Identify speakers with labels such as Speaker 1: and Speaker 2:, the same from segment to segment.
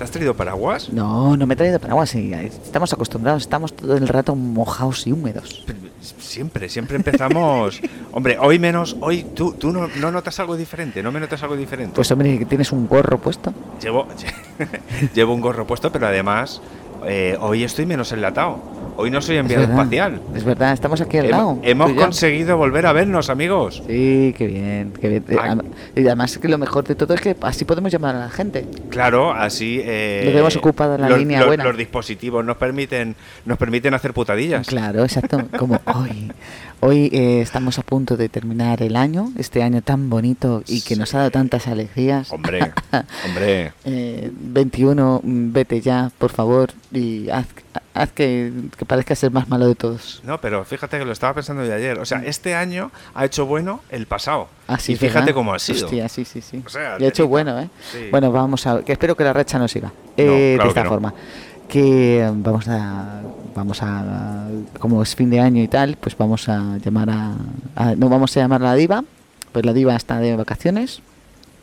Speaker 1: has traído paraguas?
Speaker 2: No, no me he traído paraguas. sí, Estamos acostumbrados, estamos todo el rato mojados y húmedos.
Speaker 1: Siempre, siempre empezamos. hombre, hoy menos, hoy tú, tú no, no notas algo diferente, no me notas algo diferente.
Speaker 2: Pues hombre, que tienes un gorro puesto.
Speaker 1: Llevo, llevo un gorro puesto, pero además eh, hoy estoy menos enlatado. Hoy no soy enviado
Speaker 2: verdad, pues
Speaker 1: espacial.
Speaker 2: Es verdad, estamos aquí al
Speaker 1: Hem-
Speaker 2: lado.
Speaker 1: hemos
Speaker 2: tú y yo.
Speaker 1: conseguido volver a vernos, amigos.
Speaker 2: Sí, qué bien, qué bien.
Speaker 1: Ay.
Speaker 2: Am- Y además que lo mejor de todo es que así podemos llamar a la gente.
Speaker 1: Claro, así. eh,
Speaker 2: Lo tenemos ocupado en la
Speaker 1: los-
Speaker 2: línea
Speaker 1: los-
Speaker 2: buena.
Speaker 1: Los dispositivos nos permiten, nos permiten hacer putadillas.
Speaker 2: Claro, exacto. Como hoy. Hoy eh, estamos a punto de terminar el año, este año tan bonito y que nos ha dado tantas alegrías.
Speaker 1: Hombre, hombre.
Speaker 2: Eh, 21, mm, vete ya, por favor, y haz, haz que, que parezca ser más malo de todos.
Speaker 1: No, pero fíjate que lo estaba pensando yo ayer. O sea,
Speaker 2: Mm.
Speaker 1: este año ha hecho bueno el pasado.
Speaker 2: Así
Speaker 1: y fíjate cómo ha sido.
Speaker 2: Hostia, sí, sí, sí.
Speaker 1: O sea,
Speaker 2: Y ha hecho
Speaker 1: telita.
Speaker 2: bueno, ¿eh?
Speaker 1: Sí.
Speaker 2: Bueno, vamos a que espero que la racha no siga. eh,
Speaker 1: claro
Speaker 2: de esta
Speaker 1: que no.
Speaker 2: forma. Que eh, vamos a vamos a como es fin de año y tal, pues vamos a llamar a, a- no vamos a llamar a la diva, pues la diva está de vacaciones.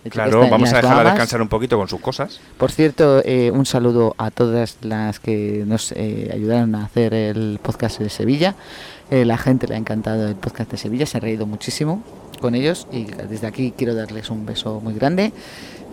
Speaker 2: De hecho, que este
Speaker 1: Claro,
Speaker 2: está en
Speaker 1: vamos a
Speaker 2: las
Speaker 1: dejarla
Speaker 2: Bahamas.
Speaker 1: descansar un poquito con sus cosas.
Speaker 2: Por cierto, eh, un saludo a todas las que nos eh, ayudaron a hacer el podcast de Sevilla. Eh, la gente le ha encantado el podcast de Sevilla, se ha reído muchísimo con ellos y desde aquí quiero darles un beso muy grande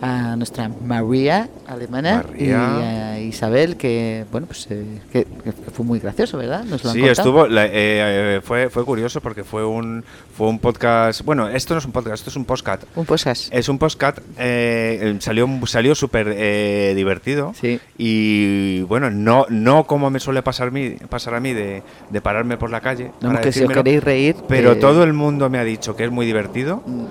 Speaker 2: a nuestra María alemana
Speaker 1: María.
Speaker 2: y a Isabel que bueno pues eh, que, que fue muy gracioso, ¿verdad? Nos lo han
Speaker 1: Sí,
Speaker 2: contado.
Speaker 1: estuvo. la- eh, eh, fue, fue curioso porque fue un, fue un podcast. Bueno, esto no es un podcast, esto es un podcast.
Speaker 2: un podcast.
Speaker 1: Es un podcast. eh, eh, salió salió súper eh, divertido.
Speaker 2: Sí.
Speaker 1: Y bueno, no, no como me suele pasar, mí, pasar a mí de, de pararme por la calle.
Speaker 2: No,
Speaker 1: para
Speaker 2: que si os
Speaker 1: decírmelo,
Speaker 2: queréis reír.
Speaker 1: Pero
Speaker 2: eh,
Speaker 1: todo el mundo me ha dicho que es muy divertido
Speaker 2: mm,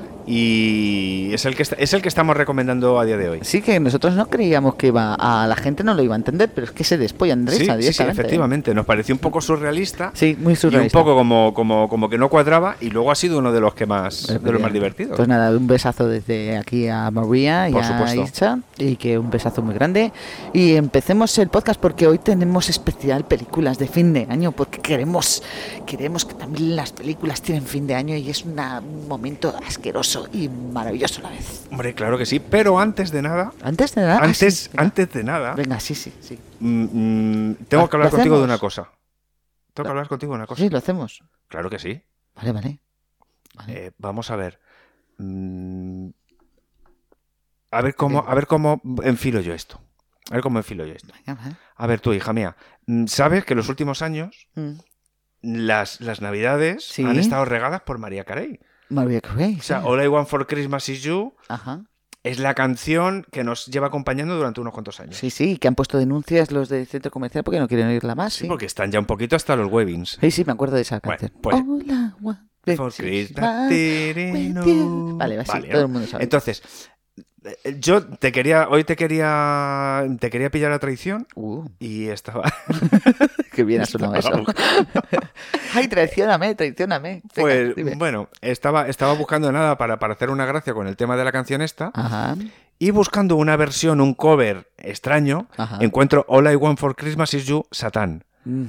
Speaker 1: y es el que, est- es el que estamos recomendando a día de hoy.
Speaker 2: Sí, que nosotros no creíamos que iba a la gente no lo iba a entender, pero es que se despolla Andrés
Speaker 1: Sí, sí, sí,
Speaker 2: directamente. ¿eh?
Speaker 1: efectivamente. Nos pareció un poco surrealista.
Speaker 2: Sí, muy surrealista.
Speaker 1: Y un poco como, como, como que no cuadraba y luego ha sido uno de los que más de los más divertidos.
Speaker 2: Pues nada, un besazo desde aquí a María y
Speaker 1: Por
Speaker 2: a
Speaker 1: supuesto.
Speaker 2: Isha, y que un besazo muy grande. Y empecemos el podcast porque hoy tenemos especial películas de fin de año, porque queremos, queremos que también las películas tienen fin de año y es una- un momento asqueroso y maravilloso a la vez.
Speaker 1: Hombre, claro que sí, pero antes de nada,
Speaker 2: Antes de nada, ah,
Speaker 1: antes
Speaker 2: sí, venga.
Speaker 1: antes de nada,
Speaker 2: Venga, sí, sí, sí.
Speaker 1: mm, mm, tengo
Speaker 2: ¿Lo
Speaker 1: que hablar contigo de
Speaker 2: hacemos?
Speaker 1: una cosa. Tengo que
Speaker 2: Lo-
Speaker 1: hablar contigo de una cosa.
Speaker 2: Sí, lo hacemos.
Speaker 1: Claro que sí.
Speaker 2: Vale, vale. Vale.
Speaker 1: Eh, vamos a ver. Mm, a ver cómo a ver cómo enfilo yo esto. A ver cómo enfilo yo esto.
Speaker 2: Venga, vale.
Speaker 1: A ver tú, hija mía, mm, sabes que en los últimos años
Speaker 2: Mm.
Speaker 1: las, las navidades
Speaker 2: Sí.
Speaker 1: han estado regadas por María Carey.
Speaker 2: Mariah Carey.
Speaker 1: O sea,
Speaker 2: sí.
Speaker 1: All I Want for Christmas is You
Speaker 2: Ajá.
Speaker 1: es la canción que nos lleva acompañando durante unos cuantos años.
Speaker 2: Sí, sí, que han puesto denuncias los del centro comercial porque no quieren oírla más.
Speaker 1: Sí,
Speaker 2: Sí,
Speaker 1: porque están ya un poquito hasta los webbings.
Speaker 2: sí, sí, me acuerdo de esa
Speaker 1: Bueno,
Speaker 2: canción.
Speaker 1: pues-
Speaker 2: Hola, what-
Speaker 1: For
Speaker 2: sí,
Speaker 1: Christmas,
Speaker 2: sí,
Speaker 1: tirino.
Speaker 2: with you. Vale, así
Speaker 1: Vale,
Speaker 2: todo
Speaker 1: ¿no?
Speaker 2: el mundo sabe.
Speaker 1: Entonces, eh, yo te quería, hoy te quería, te quería pillar la traición
Speaker 2: Uh,
Speaker 1: y estaba,
Speaker 2: qué bien ha sonado eso.
Speaker 1: Estaba
Speaker 2: Ay, traicioname, traicioname. Venga,
Speaker 1: pues,
Speaker 2: dime.
Speaker 1: bueno, estaba, estaba buscando nada para, para hacer una gracia con el tema de la canción esta
Speaker 2: Ajá.
Speaker 1: y buscando una versión, un cover extraño,
Speaker 2: Ajá.
Speaker 1: encuentro All I Want for Christmas is You, Satán.
Speaker 2: Mm,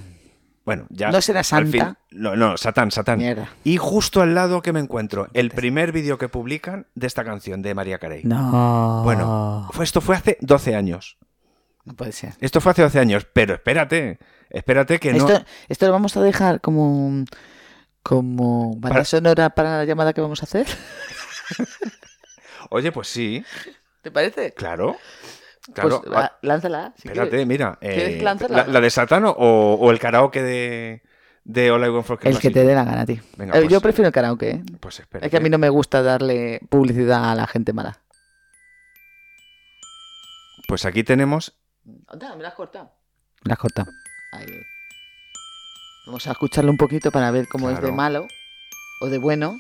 Speaker 1: Bueno, ya.
Speaker 2: ¿No será
Speaker 1: al
Speaker 2: Santa?
Speaker 1: fin- no, no, Satán, Satán.
Speaker 2: Mierda.
Speaker 1: Y justo al lado que me encuentro, el primer vídeo que publican de esta canción de María Carey.
Speaker 2: No.
Speaker 1: Bueno, fue- esto fue hace 12 años.
Speaker 2: No puede ser.
Speaker 1: Esto fue hace 12 años, pero espérate, espérate que no.
Speaker 2: Esto, esto lo vamos a dejar como. Como banda
Speaker 1: Para-
Speaker 2: sonora para la llamada que vamos a hacer,
Speaker 1: Oye, pues sí,
Speaker 2: ¿te parece?
Speaker 1: claro. Claro.
Speaker 2: Pues,
Speaker 1: Ah,
Speaker 2: va, lánzala. si
Speaker 1: espérate,
Speaker 2: quieres.
Speaker 1: mira.
Speaker 2: ¿Quieres
Speaker 1: eh,
Speaker 2: lanzarla?
Speaker 1: la, la de Satán o, o el karaoke de, de All I Want for
Speaker 2: El
Speaker 1: Christmas.
Speaker 2: que
Speaker 1: is
Speaker 2: te
Speaker 1: You?
Speaker 2: dé la gana a ti.
Speaker 1: Venga,
Speaker 2: Eh,
Speaker 1: pues-
Speaker 2: Yo prefiero el karaoke, ¿eh?
Speaker 1: Pues espérate.
Speaker 2: Es que a mí no me gusta darle publicidad a la gente mala.
Speaker 1: Pues aquí tenemos.
Speaker 2: me la has cortado. Me la has cortado. Ahí. Vamos a escucharlo un poquito para ver cómo es de
Speaker 1: Claro.
Speaker 2: malo o de bueno.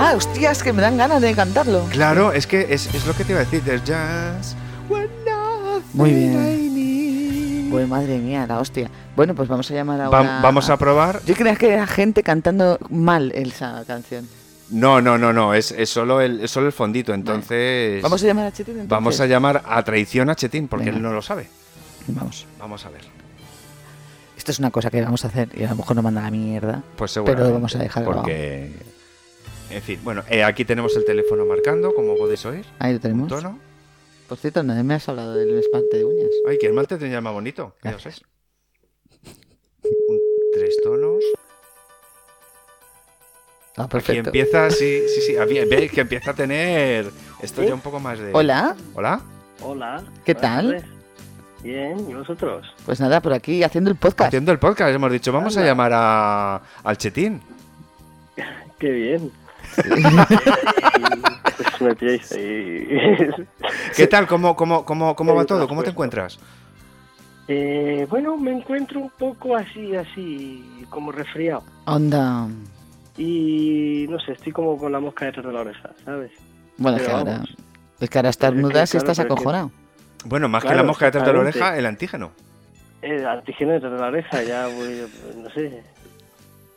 Speaker 2: Ah, hostias, que me dan ganas de cantarlo.
Speaker 1: Claro, es que es, es lo que te iba a decir. There's just one nothing
Speaker 2: Muy bien.
Speaker 1: I need.
Speaker 2: Pues madre mía, la hostia. Bueno, pues vamos a llamar
Speaker 1: Va-
Speaker 2: ahora.
Speaker 1: vamos a probar.
Speaker 2: Yo creía que era gente cantando mal esa canción.
Speaker 1: No, no, no, no. Es, es solo el, es solo el fondito. Entonces.
Speaker 2: Vamos a llamar a Chetín entonces.
Speaker 1: vamos a llamar a traición a Chetín, porque
Speaker 2: Venga.
Speaker 1: él no lo sabe.
Speaker 2: Vamos.
Speaker 1: Vamos a ver.
Speaker 2: Esto es una cosa que vamos a hacer y a lo mejor nos manda la mierda.
Speaker 1: Pues seguramente.
Speaker 2: vamos a dejar
Speaker 1: Porque. En fin, bueno, eh, aquí tenemos el teléfono marcando, como podéis oír.
Speaker 2: Ahí lo
Speaker 1: Un
Speaker 2: tenemos.
Speaker 1: tono.
Speaker 2: Por cierto, nadie me has hablado del espante de uñas.
Speaker 1: Ay, que el malte te llama bonito. Ya lo
Speaker 2: Gracias.
Speaker 1: sabes. Un- tres tonos.
Speaker 2: Ah,
Speaker 1: Aquí
Speaker 2: perfecto.
Speaker 1: empieza, sí, sí, sí. había- Veis que empieza a tener. Esto ya un poco más de.
Speaker 2: Hola,
Speaker 1: Hola.
Speaker 3: Hola.
Speaker 2: ¿Qué
Speaker 3: buenas
Speaker 2: tal?
Speaker 3: tardes. Bien, ¿y vosotros?
Speaker 2: pues nada, por aquí haciendo el podcast.
Speaker 1: Haciendo el podcast, hemos dicho, vamos a
Speaker 3: Anda.
Speaker 1: llamar a, al Chetín.
Speaker 3: Qué bien. pues me pilláis ahí.
Speaker 1: ¿Qué tal? ¿Cómo, cómo, cómo, cómo va
Speaker 3: Sí,
Speaker 1: todo?
Speaker 3: por
Speaker 1: ¿Cómo te
Speaker 3: supuesto.
Speaker 1: encuentras?
Speaker 3: Eh, bueno, me encuentro un poco así, así, como resfriado.
Speaker 2: Onda.
Speaker 3: Y no sé, estoy como con la mosca detrás de la oreja, ¿sabes?
Speaker 2: Bueno, es que
Speaker 3: Pero
Speaker 2: ahora.
Speaker 3: vamos.
Speaker 2: Es que ahora estornudas y
Speaker 3: claro,
Speaker 2: estás
Speaker 3: pero es que-
Speaker 2: acojonado.
Speaker 1: Bueno, más que
Speaker 3: Claro,
Speaker 1: la mosca detrás de la oreja,
Speaker 3: exactamente.
Speaker 1: el antígeno.
Speaker 3: Eh, antígeno detrás de la oreja, ya voy, pues, no sé.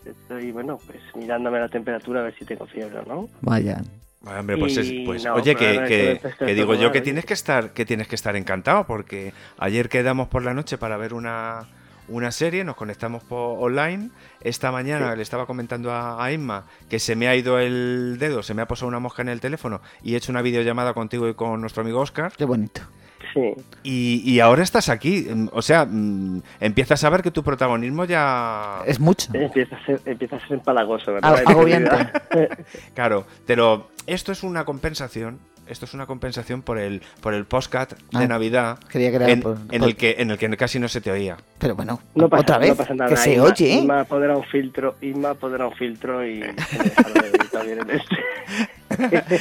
Speaker 3: Estoy, bueno, pues mirándome la temperatura a ver si tengo fiebre o no.
Speaker 2: Vaya.
Speaker 1: Ah, Hombre, pues, es-
Speaker 3: Y
Speaker 1: pues
Speaker 3: no,
Speaker 1: oye,
Speaker 3: pero
Speaker 1: que,
Speaker 3: ahora
Speaker 1: que-
Speaker 3: que me
Speaker 1: que digo yo
Speaker 3: empecé a
Speaker 1: que
Speaker 3: tomar,
Speaker 1: tienes que estar, que tienes que estar encantado, porque ayer quedamos por la noche para ver una, una serie, nos conectamos por online. Esta mañana le estaba comentando a, a Inma que se me ha ido el dedo, se me ha posado una mosca en el teléfono y he hecho una videollamada contigo y con nuestro amigo Oscar.
Speaker 2: Qué bonito.
Speaker 3: Sí,
Speaker 1: Y, y ahora estás aquí. mm, O sea, mm, empiezas a ver que tu protagonismo ya.
Speaker 2: Es mucho.
Speaker 3: empieza a ser, empieza a ser empalagoso, ¿verdad?
Speaker 2: A- Ah. Agobiante.
Speaker 1: Claro, pero esto es una compensación. Esto es una compensación por el, por el podcast de
Speaker 2: Ah,
Speaker 1: Navidad.
Speaker 2: Quería crear
Speaker 1: en,
Speaker 2: por-
Speaker 1: en
Speaker 2: por-
Speaker 1: el que, en el que casi no se te oía.
Speaker 2: Pero bueno,
Speaker 3: No pasa,
Speaker 2: Ah, otra vez.
Speaker 3: no pasa nada.
Speaker 2: que se
Speaker 3: Inma-
Speaker 2: oye, ¿eh?
Speaker 3: Inma pondrá un filtro, Inma pondrá un filtro y se me dejará de oír también en este.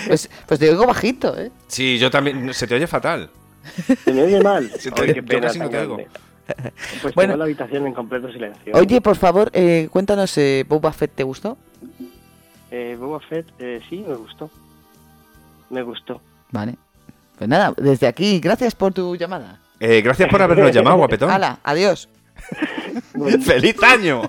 Speaker 2: Pues, pues te oigo bajito, ¿eh?
Speaker 1: Sí, yo también. Se te oye fatal.
Speaker 3: Se me oye mal.
Speaker 1: Se te
Speaker 3: Ay,
Speaker 1: oye-
Speaker 3: qué
Speaker 1: yo
Speaker 3: pena
Speaker 1: casi no
Speaker 3: tan
Speaker 1: te oigo.
Speaker 3: grande. Pues
Speaker 2: Bueno.
Speaker 3: bueno, la habitación en completo silencio.
Speaker 2: Oye, por favor, eh, cuéntanos, eh, ¿Boba Fett te gustó?
Speaker 3: Eh, Boba Fett, eh, sí, me gustó. Me gustó.
Speaker 2: Vale. Pues nada, desde aquí, gracias por tu llamada.
Speaker 1: Eh, gracias por habernos llamado, guapetón.
Speaker 2: Hala, adiós.
Speaker 1: ¡Feliz año!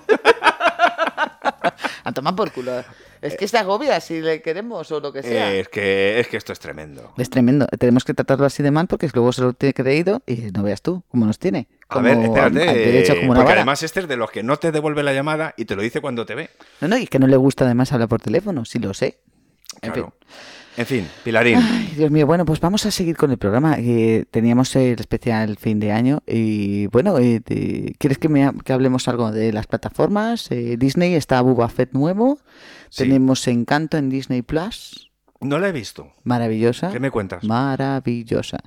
Speaker 2: A tomar por culo. Es que se agobia si le queremos o lo que sea.
Speaker 1: Eh, es, que, es que esto es tremendo.
Speaker 2: Es tremendo. Tenemos que tratarlo así de mal porque luego se lo tiene creído y no veas tú cómo nos tiene.
Speaker 1: A
Speaker 2: Como
Speaker 1: ver,
Speaker 2: al-
Speaker 1: espérate.
Speaker 2: al derecho
Speaker 1: eh,
Speaker 2: como una
Speaker 1: porque
Speaker 2: vara.
Speaker 1: además este es de los que no te devuelve la llamada y te lo dice cuando te ve.
Speaker 2: No, no, y que no le gusta además hablar por teléfono, si lo sé. En
Speaker 1: Claro.
Speaker 2: fin.
Speaker 1: En fin, Pilarín.
Speaker 2: Ay, Dios mío, bueno, pues vamos a seguir con el programa. Eh, teníamos el especial fin de año y bueno, eh, te- ¿quieres que, me ha- que hablemos algo de las plataformas? Eh, Disney está Boba Fett nuevo,
Speaker 1: Sí.
Speaker 2: tenemos Encanto en Disney Plus,
Speaker 1: No la he visto.
Speaker 2: maravillosa,
Speaker 1: ¿Qué me cuentas?
Speaker 2: maravillosa.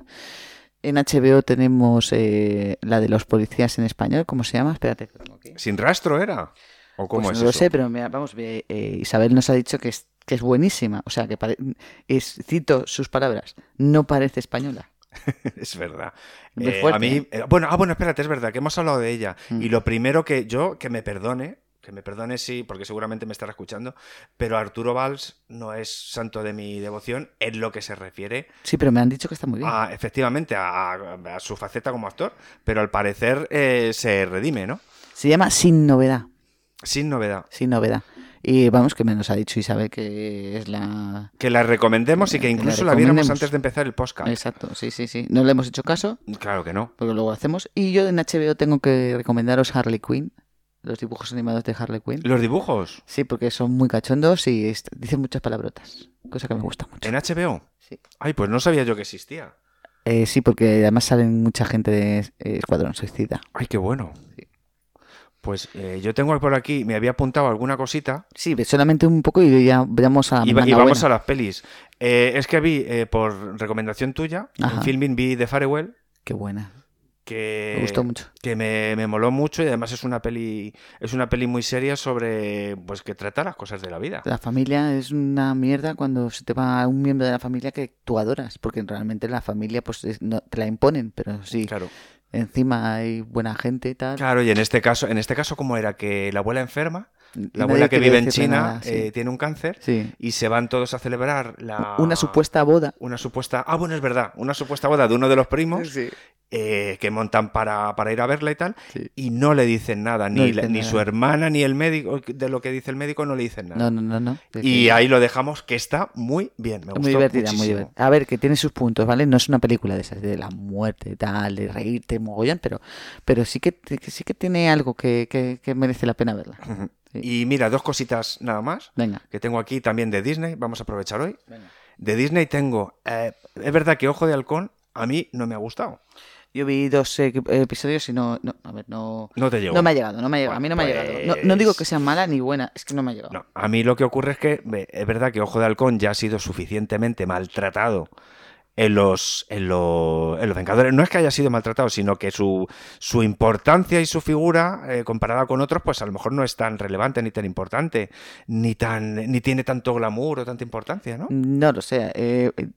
Speaker 2: En HBO tenemos eh, la de los policías en español, ¿cómo se llama? Espérate. que lo tengo aquí.
Speaker 1: ¿Sin rastro era? ¿O cómo
Speaker 2: Pues
Speaker 1: es
Speaker 2: no lo
Speaker 1: eso?
Speaker 2: sé, pero mira, vamos, eh, eh, Isabel nos ha dicho que es, que es buenísima. O sea, que pare- es, cito sus palabras, no parece española.
Speaker 1: Es verdad.
Speaker 2: Muy
Speaker 1: Eh,
Speaker 2: fuerte,
Speaker 1: a mí, eh, bueno, ah, bueno, espérate, es verdad que hemos hablado de ella.
Speaker 2: Mm.
Speaker 1: Y lo primero que yo, que me perdone, que me perdone sí, porque seguramente me estará escuchando, pero Arturo Valls no es santo de mi devoción en lo que se refiere
Speaker 2: Sí, pero me han dicho que está muy bien.
Speaker 1: a, efectivamente a, a- a su faceta como actor, pero al parecer eh, se redime, ¿no?
Speaker 2: Se llama Sin Novedad.
Speaker 1: Sin novedad.
Speaker 2: Sin Novedad. Y vamos, que me nos ha dicho Isabel que es la.
Speaker 1: Que la recomendemos y que
Speaker 2: La
Speaker 1: incluso la, viéramos
Speaker 2: recomendemos.
Speaker 1: antes de empezar el podcast.
Speaker 2: Exacto, sí, sí, sí. No le hemos hecho caso,
Speaker 1: Claro que no.
Speaker 2: porque luego lo hacemos. Y yo en HBO tengo que recomendaros Harley Quinn, los dibujos animados de Harley Quinn.
Speaker 1: Los dibujos
Speaker 2: Sí, porque son muy cachondos y est- dicen muchas palabrotas, cosa que me gusta mucho.
Speaker 1: en HBO.
Speaker 2: Sí.
Speaker 1: Ay, pues no sabía yo que existía.
Speaker 2: Eh, sí, porque además salen mucha gente de eh, Escuadrón Suicida.
Speaker 1: Ay, qué bueno.
Speaker 2: Sí.
Speaker 1: Pues eh, yo tengo por aquí, me había apuntado alguna cosita
Speaker 2: Sí, ve- solamente un poco y ya vamos a.
Speaker 1: y, va- y
Speaker 2: manga
Speaker 1: vamos a
Speaker 2: buena.
Speaker 1: las pelis. Eh, es que vi, eh, por recomendación tuya,
Speaker 2: Ajá.
Speaker 1: en Filming vi The Farewell,
Speaker 2: Qué buena.
Speaker 1: que
Speaker 2: Me gustó mucho.
Speaker 1: que me, me moló mucho y además es una peli es una peli muy seria sobre pues que trata las cosas de la vida.
Speaker 2: La familia es una mierda cuando se te va un miembro de la familia que tú adoras, porque realmente la familia pues es- no, te la imponen, pero sí,
Speaker 1: Claro.
Speaker 2: encima hay buena gente y tal.
Speaker 1: Claro, y en este caso, en este caso cómo era que la abuela enferma,
Speaker 2: y nadie
Speaker 1: la abuela que
Speaker 2: quiere
Speaker 1: vive en
Speaker 2: decirle
Speaker 1: China
Speaker 2: nada, sí.
Speaker 1: eh, tiene un cáncer
Speaker 2: Sí.
Speaker 1: y se van todos a celebrar la
Speaker 2: Una supuesta boda.
Speaker 1: una supuesta ah bueno es verdad una supuesta boda de uno de los primos
Speaker 2: Sí,
Speaker 1: eh, que montan para, para ir a verla y tal,
Speaker 2: sí.
Speaker 1: y no le dicen nada,
Speaker 2: No
Speaker 1: ni,
Speaker 2: dicen
Speaker 1: la- ni
Speaker 2: nada.
Speaker 1: su hermana, ni el médico, de lo que dice el médico no le dicen nada.
Speaker 2: No, no, no, no. Es
Speaker 1: y
Speaker 2: que-
Speaker 1: ahí lo dejamos, que está muy bien, me
Speaker 2: es
Speaker 1: gustó
Speaker 2: muy divertida, muy
Speaker 1: muchísimo.
Speaker 2: divertida. A ver, que tiene sus puntos, ¿vale? No es una película de esas, de la muerte, tal, de reírte, mogollón, pero, pero sí que, que sí que tiene algo que, que- que merece la pena verla.
Speaker 1: Ujú. Y mira, dos cositas nada más
Speaker 2: Venga.
Speaker 1: que tengo aquí también de Disney, vamos a aprovechar hoy.
Speaker 2: Venga.
Speaker 1: De Disney tengo, eh, es verdad que Ojo de Halcón a mí no me ha gustado.
Speaker 2: Yo vi dos eh, episodios y no, no, a ver, no,
Speaker 1: No te llegó.
Speaker 2: no me ha llegado, no me ha llegado, a mí no me ha
Speaker 1: Bueno,
Speaker 2: llegado. No,
Speaker 1: pues-
Speaker 2: no digo que sea mala ni buena, es que no me ha llegado.
Speaker 1: No, a mí lo que ocurre es que ve, es verdad que Ojo de Halcón ya ha sido suficientemente maltratado en los, en los, en los Vengadores. No es que haya sido maltratado, sino que su, su importancia y su figura, eh, comparada con otros, pues a lo mejor no es tan relevante, ni tan importante, ni, tan, ni tiene tanto glamour o tanta importancia, ¿no?
Speaker 2: No lo sé. eh, eh,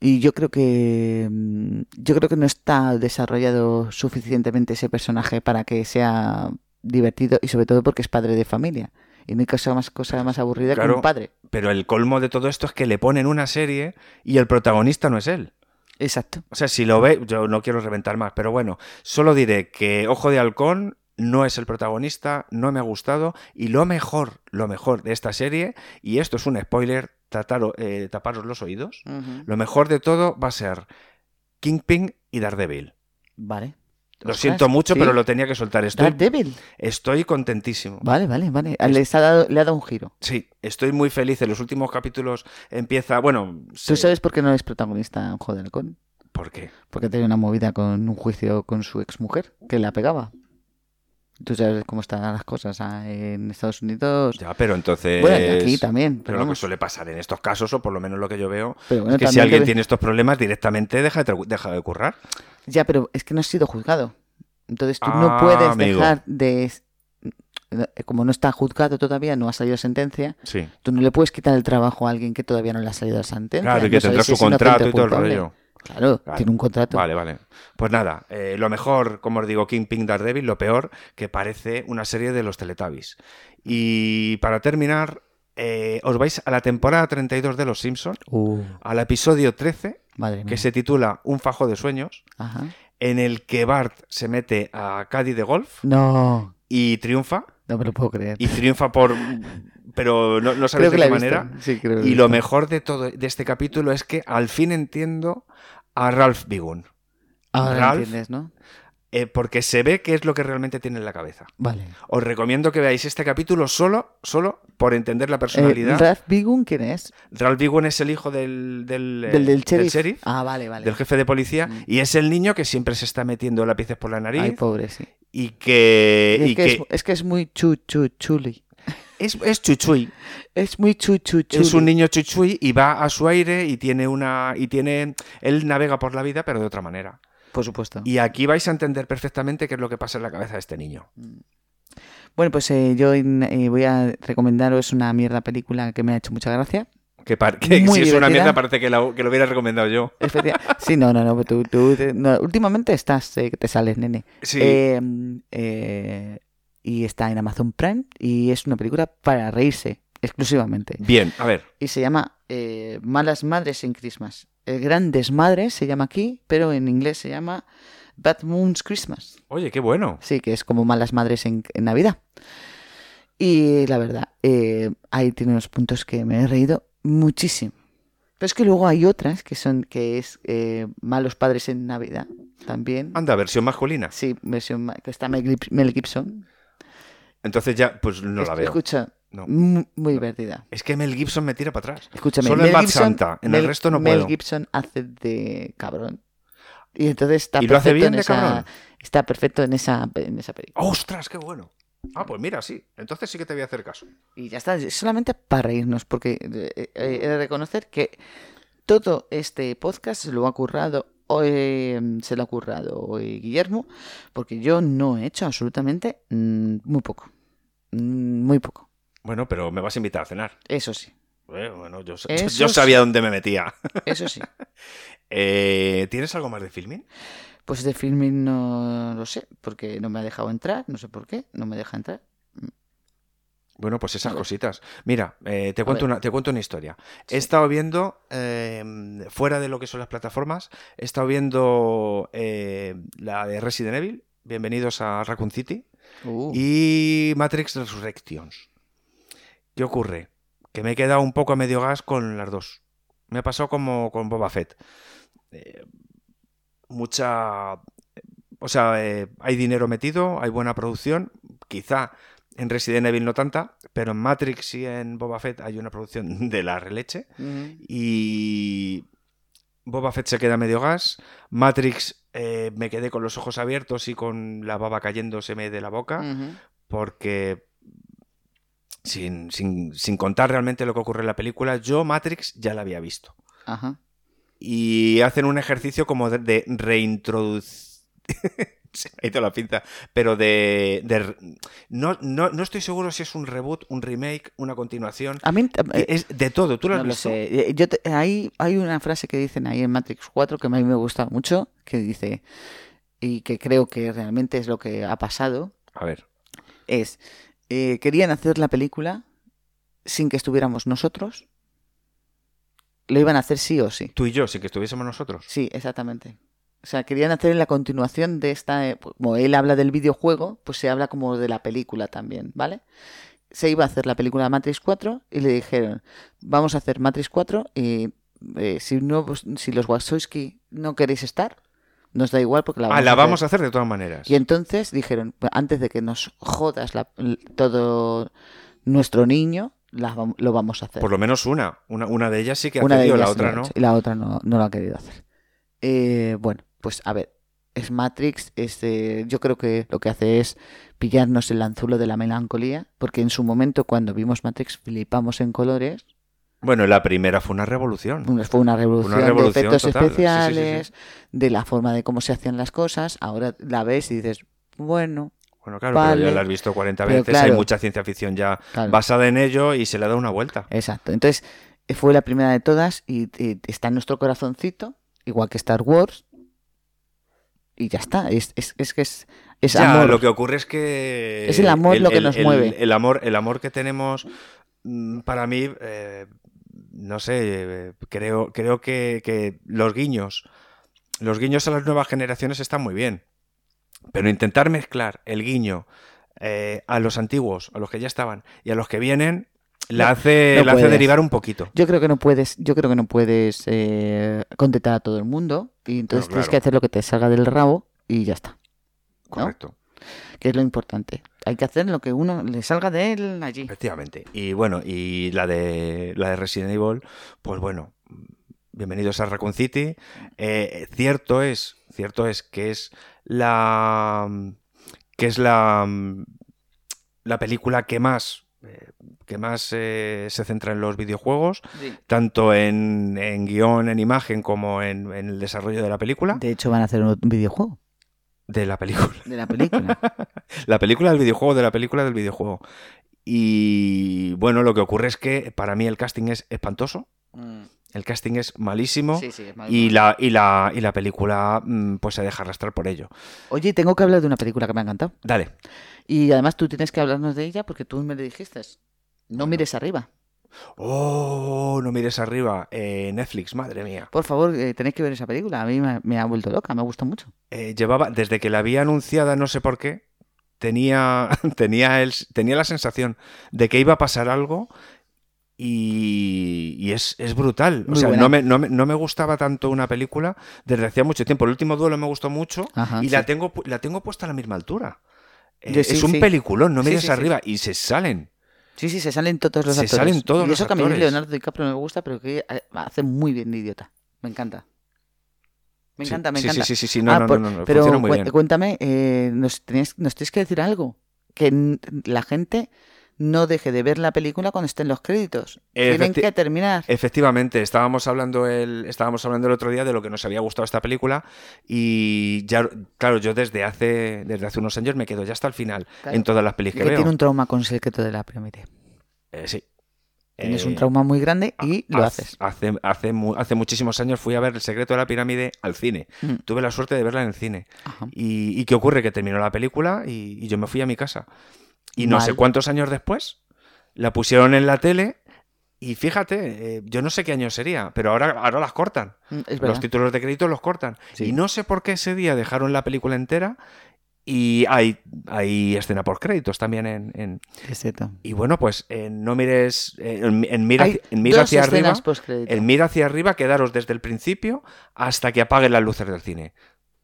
Speaker 2: y yo creo que mm, yo creo que no está desarrollado suficientemente ese personaje para que sea divertido y sobre todo porque es padre de familia. Y no hay cosa más cosa más aburrida que
Speaker 1: Claro.
Speaker 2: un padre.
Speaker 1: Pero el colmo de todo esto es que le ponen una serie y el protagonista no es él.
Speaker 2: Exacto.
Speaker 1: O sea, si lo ve, yo no quiero reventar más, pero bueno, solo diré que Ojo de Halcón no es el protagonista, no me ha gustado, y lo mejor, lo mejor de esta serie, y esto es un spoiler, tataro- eh, taparos los oídos, lo mejor de todo va a ser Kingpin y Daredevil.
Speaker 2: Vale.
Speaker 1: Lo
Speaker 2: Ostras,
Speaker 1: siento mucho,
Speaker 2: sí.
Speaker 1: pero lo tenía que soltar. Estoy,
Speaker 2: Daredevil.
Speaker 1: estoy contentísimo.
Speaker 2: Vale, vale, vale. Les ha dado, le ha dado un giro.
Speaker 1: Sí, estoy muy feliz. En los últimos capítulos empieza, bueno,
Speaker 2: ¿Tú
Speaker 1: sí,
Speaker 2: sabes por qué no es protagonista Ojo de Halcón?
Speaker 1: ¿por qué?
Speaker 2: Porque tenía una movida con un juicio con su exmujer que la pegaba. Tú sabes cómo están las cosas ah, en Estados Unidos.
Speaker 1: Ya, pero entonces...
Speaker 2: Bueno, y aquí también, pero,
Speaker 1: Pero lo que
Speaker 2: vamos.
Speaker 1: suele pasar en estos casos, o por lo menos lo que yo veo,
Speaker 2: Pero bueno,
Speaker 1: es que si
Speaker 2: también
Speaker 1: alguien
Speaker 2: debe-
Speaker 1: tiene estos problemas, directamente deja de, tra- deja de currar.
Speaker 2: Ya, pero es que no has sido juzgado. Entonces tú
Speaker 1: Ah,
Speaker 2: no puedes
Speaker 1: amigo.
Speaker 2: dejar de... eh, Como no está juzgado todavía, no ha salido sentencia,
Speaker 1: Sí.
Speaker 2: tú no le puedes quitar el trabajo a alguien que todavía no le ha salido la sentencia.
Speaker 1: Claro, y
Speaker 2: no
Speaker 1: que
Speaker 2: sabes
Speaker 1: tendrá
Speaker 2: si
Speaker 1: su
Speaker 2: es inocente
Speaker 1: contrato
Speaker 2: o
Speaker 1: y todo el
Speaker 2: culpable.
Speaker 1: rollo.
Speaker 2: Claro,
Speaker 1: Claro.
Speaker 2: tiene un contrato.
Speaker 1: Vale, vale. Pues nada, eh, lo mejor, como os digo, Kingpin Daredevil, lo peor, que parece una serie de los Teletubbies. Y para terminar, eh, os vais a la temporada 32 de Los Simpsons,
Speaker 2: Uh,
Speaker 1: al episodio 13,
Speaker 2: madre mía.
Speaker 1: que se titula Un fajo de sueños,
Speaker 2: Ajá.
Speaker 1: en el que Bart se mete a Cádiz de golf
Speaker 2: No,
Speaker 1: y triunfa.
Speaker 2: no me lo puedo creer.
Speaker 1: y triunfa por pero no, no sabes
Speaker 2: Creo que
Speaker 1: de qué
Speaker 2: la he visto.
Speaker 1: manera
Speaker 2: Sí, creo que la he
Speaker 1: y lo
Speaker 2: visto.
Speaker 1: mejor de todo de este capítulo es que al fin entiendo a Ralph Bigun
Speaker 2: Ahora
Speaker 1: Ralph-
Speaker 2: entiendes, ¿no?
Speaker 1: eh, porque se ve qué es lo que realmente tiene en la cabeza
Speaker 2: Vale. Eh,
Speaker 1: os recomiendo que veáis este capítulo solo solo por entender la
Speaker 2: Eh,
Speaker 1: personalidad
Speaker 2: Ralph Bigun, ¿quién es?
Speaker 1: Ralph Bigun es el hijo del del, eh,
Speaker 2: del del sheriff.
Speaker 1: sheriff,
Speaker 2: Ah, vale, vale.
Speaker 1: del jefe de policía
Speaker 2: Mm.
Speaker 1: y es el niño que siempre se está metiendo lápices por la nariz
Speaker 2: Ay, pobre, sí.
Speaker 1: y que,
Speaker 2: Es
Speaker 1: Eh, y
Speaker 2: que,
Speaker 1: que
Speaker 2: es, es que es muy chu, chu, chuli.
Speaker 1: es, es chuchuy
Speaker 2: Es muy chu, chu, chuli.
Speaker 1: Es un niño chuchuy y va a su aire y tiene una y tiene él navega por la vida pero de otra manera.
Speaker 2: Por supuesto.
Speaker 1: Y aquí vais a entender perfectamente qué es lo que pasa en la cabeza de este niño.
Speaker 2: Bueno, pues eh, yo in- eh, voy a recomendaros una mierda película que me ha hecho mucha gracia.
Speaker 1: Que, par- que
Speaker 2: Muy
Speaker 1: si es una
Speaker 2: divertida.
Speaker 1: mierda parece que, la- que lo hubiera recomendado yo.
Speaker 2: Efecti- sí, no, no, no, pero tú, tú te- no, últimamente estás eh, que te sales, nene.
Speaker 1: Sí.
Speaker 2: Eh, eh, y está en Amazon Prime y es una película para reírse exclusivamente.
Speaker 1: Bien, a ver.
Speaker 2: Y se llama eh, Malas Madres en Christmas. El Gran Desmadre se llama aquí, pero en inglés se llama Bad Moon's Christmas.
Speaker 1: Oye, qué bueno.
Speaker 2: Sí, que es como malas madres en, en Navidad. Y la verdad, eh, ahí tiene unos puntos que me he reído muchísimo. Pero es que luego hay otras que son, que es eh, malos padres en Navidad también.
Speaker 1: Anda, versión masculina.
Speaker 2: Sí, versión ma- que está Mel Gib- Mel Gibson.
Speaker 1: Entonces ya, pues no la
Speaker 2: Es-
Speaker 1: veo.
Speaker 2: Escucha,
Speaker 1: No.
Speaker 2: mu- muy divertida.
Speaker 1: Es que Mel Gibson me tira para atrás.
Speaker 2: Escúchame,
Speaker 1: Solo en
Speaker 2: Mel
Speaker 1: Bad
Speaker 2: Gibson,
Speaker 1: Santa, en el
Speaker 2: Mel-
Speaker 1: resto no
Speaker 2: Mel
Speaker 1: puedo.
Speaker 2: Gibson hace de cabrón. Y entonces está
Speaker 1: ¿Y lo hace
Speaker 2: perfecto
Speaker 1: bien
Speaker 2: en
Speaker 1: de
Speaker 2: esa,
Speaker 1: cabrón?
Speaker 2: Está perfecto en esa, en esa película.
Speaker 1: ¡Ostras, qué bueno! Ah, pues mira, sí. Entonces sí que te voy a hacer caso.
Speaker 2: Y ya está, es solamente para reírnos, porque eh, eh, he de reconocer que todo este podcast se lo ha currado, o, eh, se lo ha currado eh, Guillermo, porque yo no he hecho absolutamente mm, muy poco. Mm, Muy poco,
Speaker 1: Bueno, pero me vas a invitar a cenar.
Speaker 2: eso sí,
Speaker 1: Eh, Bueno, yo, sa-
Speaker 2: Eso
Speaker 1: yo
Speaker 2: sí.
Speaker 1: sabía dónde me metía.
Speaker 2: eso sí.
Speaker 1: Eh, ¿Tienes algo más de filming?
Speaker 2: Pues de filming no lo sé, porque no me ha dejado entrar, no sé por qué, no me deja entrar.
Speaker 1: Bueno, pues esas
Speaker 2: A ver.
Speaker 1: cositas. Mira, eh, te, cuento
Speaker 2: ver.
Speaker 1: una, te cuento una historia.
Speaker 2: Sí.
Speaker 1: He estado viendo, eh, fuera de lo que son las plataformas, he estado viendo eh, la de Resident Evil, Bienvenidos a Raccoon City,
Speaker 2: Uh,
Speaker 1: y Matrix Resurrections. ¿Qué ocurre? Que me he quedado un poco a medio gas con las dos. Me ha pasado como con Boba Fett. Eh, mucha... O sea, eh, hay dinero metido, hay buena producción. Quizá En Resident Evil no tanta, pero en Matrix y en Boba Fett hay una producción de la releche. Y Boba Fett se queda medio gas. Matrix eh, me quedé con los ojos abiertos y con la baba cayéndoseme de la boca.
Speaker 2: Mm.
Speaker 1: Porque sin, sin- sin contar realmente lo que ocurre en la película, yo Matrix ya la había visto.
Speaker 2: Ajá.
Speaker 1: Y hacen un ejercicio como de, de reintroducir. Se me ha ido la pinta. Pero de. de re- no, no, no estoy seguro si es un reboot, un remake, una continuación.
Speaker 2: A mí eh,
Speaker 1: Es de todo, tú lo has
Speaker 2: no lo
Speaker 1: visto?
Speaker 2: sé. Eh, Yo te- ahí hay una frase que dicen ahí en Matrix 4 que a mí me gusta mucho, que dice, y que creo que realmente es lo que ha pasado,
Speaker 1: A ver.
Speaker 2: es, eh, querían hacer la película sin que estuviéramos nosotros, lo iban a hacer sí o sí.
Speaker 1: Tú y yo, si que estuviésemos nosotros.
Speaker 2: Sí, exactamente. O sea, querían hacer la continuación de esta. eh, Como él habla del videojuego, pues se habla como de la película también, ¿vale? Se iba a hacer la película Matrix 4 y le dijeron, vamos a hacer Matrix 4 y eh, si, no, vos- si los Wachowski no queréis estar, nos da igual porque la vamos
Speaker 1: ah, la
Speaker 2: a hacer".
Speaker 1: vamos a hacer de todas maneras.
Speaker 2: Y entonces dijeron, "Pues antes de que nos jodas la- l- todo nuestro niño, la vam- lo vamos a hacer
Speaker 1: Por lo menos una. Una, una de ellas sí que ha
Speaker 2: una de
Speaker 1: pedido, la
Speaker 2: ellas lo
Speaker 1: otra
Speaker 2: ha
Speaker 1: no.
Speaker 2: hecho y la otra no, no lo ha querido hacer. Eh, bueno, pues a ver, es Matrix, es, eh, yo creo que lo que hace es pillarnos el anzuelo de la melancolía, porque en su momento cuando vimos Matrix flipamos en colores,
Speaker 1: Bueno, la primera fue una revolución.
Speaker 2: Bueno, fue una revolución, de
Speaker 1: Mm. revolución
Speaker 2: efectos
Speaker 1: total, sí, sí, sí, sí.
Speaker 2: especiales, de la forma de cómo se hacían las cosas, ahora la ves y dices, bueno,
Speaker 1: Bueno, claro,
Speaker 2: Vale.
Speaker 1: pero ya la has visto 40
Speaker 2: Pero
Speaker 1: veces.
Speaker 2: claro.
Speaker 1: Hay mucha ciencia ficción ya
Speaker 2: claro.
Speaker 1: basada en ello y se le da una vuelta.
Speaker 2: Exacto. Entonces, eh, fue la primera de todas y, eh, está en nuestro corazoncito, igual que Star Wars. Y ya está. Es, es, es que es, es
Speaker 1: Ya,
Speaker 2: amor.
Speaker 1: lo que ocurre es que...
Speaker 2: Es el amor lo que nos mueve.
Speaker 1: El amor, el amor que tenemos, mm, para mí, eh, no sé, eh, creo, creo que, que los guiños, los guiños a las nuevas generaciones están muy bien. Pero intentar mezclar el guiño eh, a los antiguos, a los que ya estaban, y a los que vienen, la
Speaker 2: No,
Speaker 1: hace,
Speaker 2: no
Speaker 1: la hace
Speaker 2: puedes.
Speaker 1: derivar un poquito.
Speaker 2: Yo creo que no puedes, yo creo que no puedes eh, contentar a todo el mundo. Y entonces
Speaker 1: No,
Speaker 2: tienes
Speaker 1: claro.
Speaker 2: que hacer lo que te salga del rabo y ya está.
Speaker 1: Correcto.
Speaker 2: Que es lo importante. Hay que hacer lo que uno le salga de él allí.
Speaker 1: Efectivamente. Y bueno, y la de la de Resident Evil, pues bueno, bienvenidos a Raccoon City. Eh, cierto es, cierto es que es la que es la la película que más eh, que más eh, se centra en los videojuegos, tanto en, en guión, en imagen, como en, en el desarrollo de la película.
Speaker 2: De hecho, van a hacer un videojuego
Speaker 1: de la película.
Speaker 2: de la película.
Speaker 1: La película del videojuego, de la película del videojuego. Y bueno, lo que ocurre es que para mí el casting es espantoso.
Speaker 2: Mm,
Speaker 1: El casting es malísimo.
Speaker 2: sí, sí, es mal-
Speaker 1: Y la, y, la, y la película mm, pues se deja arrastrar por ello.
Speaker 2: Oye, tengo que hablar de una película que me ha encantado.
Speaker 1: Dale.
Speaker 2: Y además tú tienes que hablarnos de ella porque tú me lo dijiste. No mires arriba.
Speaker 1: Oh, no mires arriba. Eh, Netflix, madre mía.
Speaker 2: Por favor, eh, tenéis que ver esa película. A mí me, me ha vuelto loca, me ha gustado mucho.
Speaker 1: Eh, llevaba, desde que la había anunciada, no sé por qué, tenía, tenía, el, tenía la sensación de que iba a pasar algo y, y es, es brutal.
Speaker 2: Muy
Speaker 1: o sea,
Speaker 2: buena.
Speaker 1: no me, no, me, no me gustaba tanto una película desde hacía mucho tiempo. El último duelo me gustó mucho
Speaker 2: Ajá,
Speaker 1: y
Speaker 2: Ah, sí.
Speaker 1: la, tengo, pu- la tengo puesta a la misma altura. Eh,
Speaker 2: Yo sí,
Speaker 1: es un
Speaker 2: sí.
Speaker 1: peliculón, no
Speaker 2: Sí,
Speaker 1: mires
Speaker 2: sí, sí.
Speaker 1: arriba y se salen.
Speaker 2: Sí, sí, se salen todos los
Speaker 1: Se
Speaker 2: actores.
Speaker 1: salen todos
Speaker 2: y
Speaker 1: los
Speaker 2: eso que a mí
Speaker 1: actores.
Speaker 2: Leonardo DiCaprio no me gusta, pero que eh, hace muy bien de idiota. Me encanta. Me
Speaker 1: Sí,
Speaker 2: encanta, me
Speaker 1: sí,
Speaker 2: encanta.
Speaker 1: Sí, sí, sí, sí, no,
Speaker 2: Ah,
Speaker 1: no,
Speaker 2: por-
Speaker 1: no, no, no,
Speaker 2: pero
Speaker 1: funciona muy
Speaker 2: cu-
Speaker 1: bien.
Speaker 2: cuéntame, eh, nos, tenías- nos tienes que decir algo. Que n- la gente no deje de ver la película cuando estén los créditos. Tienen
Speaker 1: Efecti-
Speaker 2: que terminar.
Speaker 1: Efectivamente, estábamos hablando el, estábamos hablando el otro día de lo que nos había gustado esta película y ya, claro, yo desde hace, desde hace unos años me quedo ya hasta el final
Speaker 2: Claro.
Speaker 1: en todas las pelis
Speaker 2: Y
Speaker 1: que
Speaker 2: que
Speaker 1: veo.
Speaker 2: tiene un trauma con el secreto de la pirámide.
Speaker 1: Eh, sí.
Speaker 2: Tienes un
Speaker 1: Eh,
Speaker 2: trauma muy grande y
Speaker 1: ha-
Speaker 2: lo
Speaker 1: hace-
Speaker 2: haces.
Speaker 1: Hace, hace, mu- hace muchísimos años fui a ver El secreto de la pirámide al cine.
Speaker 2: Mm.
Speaker 1: Tuve la suerte de verla en el cine.
Speaker 2: Ajá.
Speaker 1: ¿Y, y qué ocurre? Que terminó la película y, y yo me fui a mi casa. Y no
Speaker 2: Mal.
Speaker 1: sé cuántos años después la pusieron en la tele y fíjate, eh, yo no sé qué año sería, pero ahora, ahora las cortan.
Speaker 2: Mm, Es
Speaker 1: Los
Speaker 2: verdad.
Speaker 1: títulos de crédito los cortan.
Speaker 2: Sí.
Speaker 1: Y no sé por qué ese día dejaron la película entera y hay, hay escena por créditos también en... en-
Speaker 2: Es cierto.
Speaker 1: Y bueno, pues en No mires... En, en mira,
Speaker 2: Hay
Speaker 1: en mira
Speaker 2: dos
Speaker 1: hacia arriba...
Speaker 2: escenas postcrédito.
Speaker 1: En mira hacia arriba, quedaros desde el principio hasta que apaguen las luces del cine.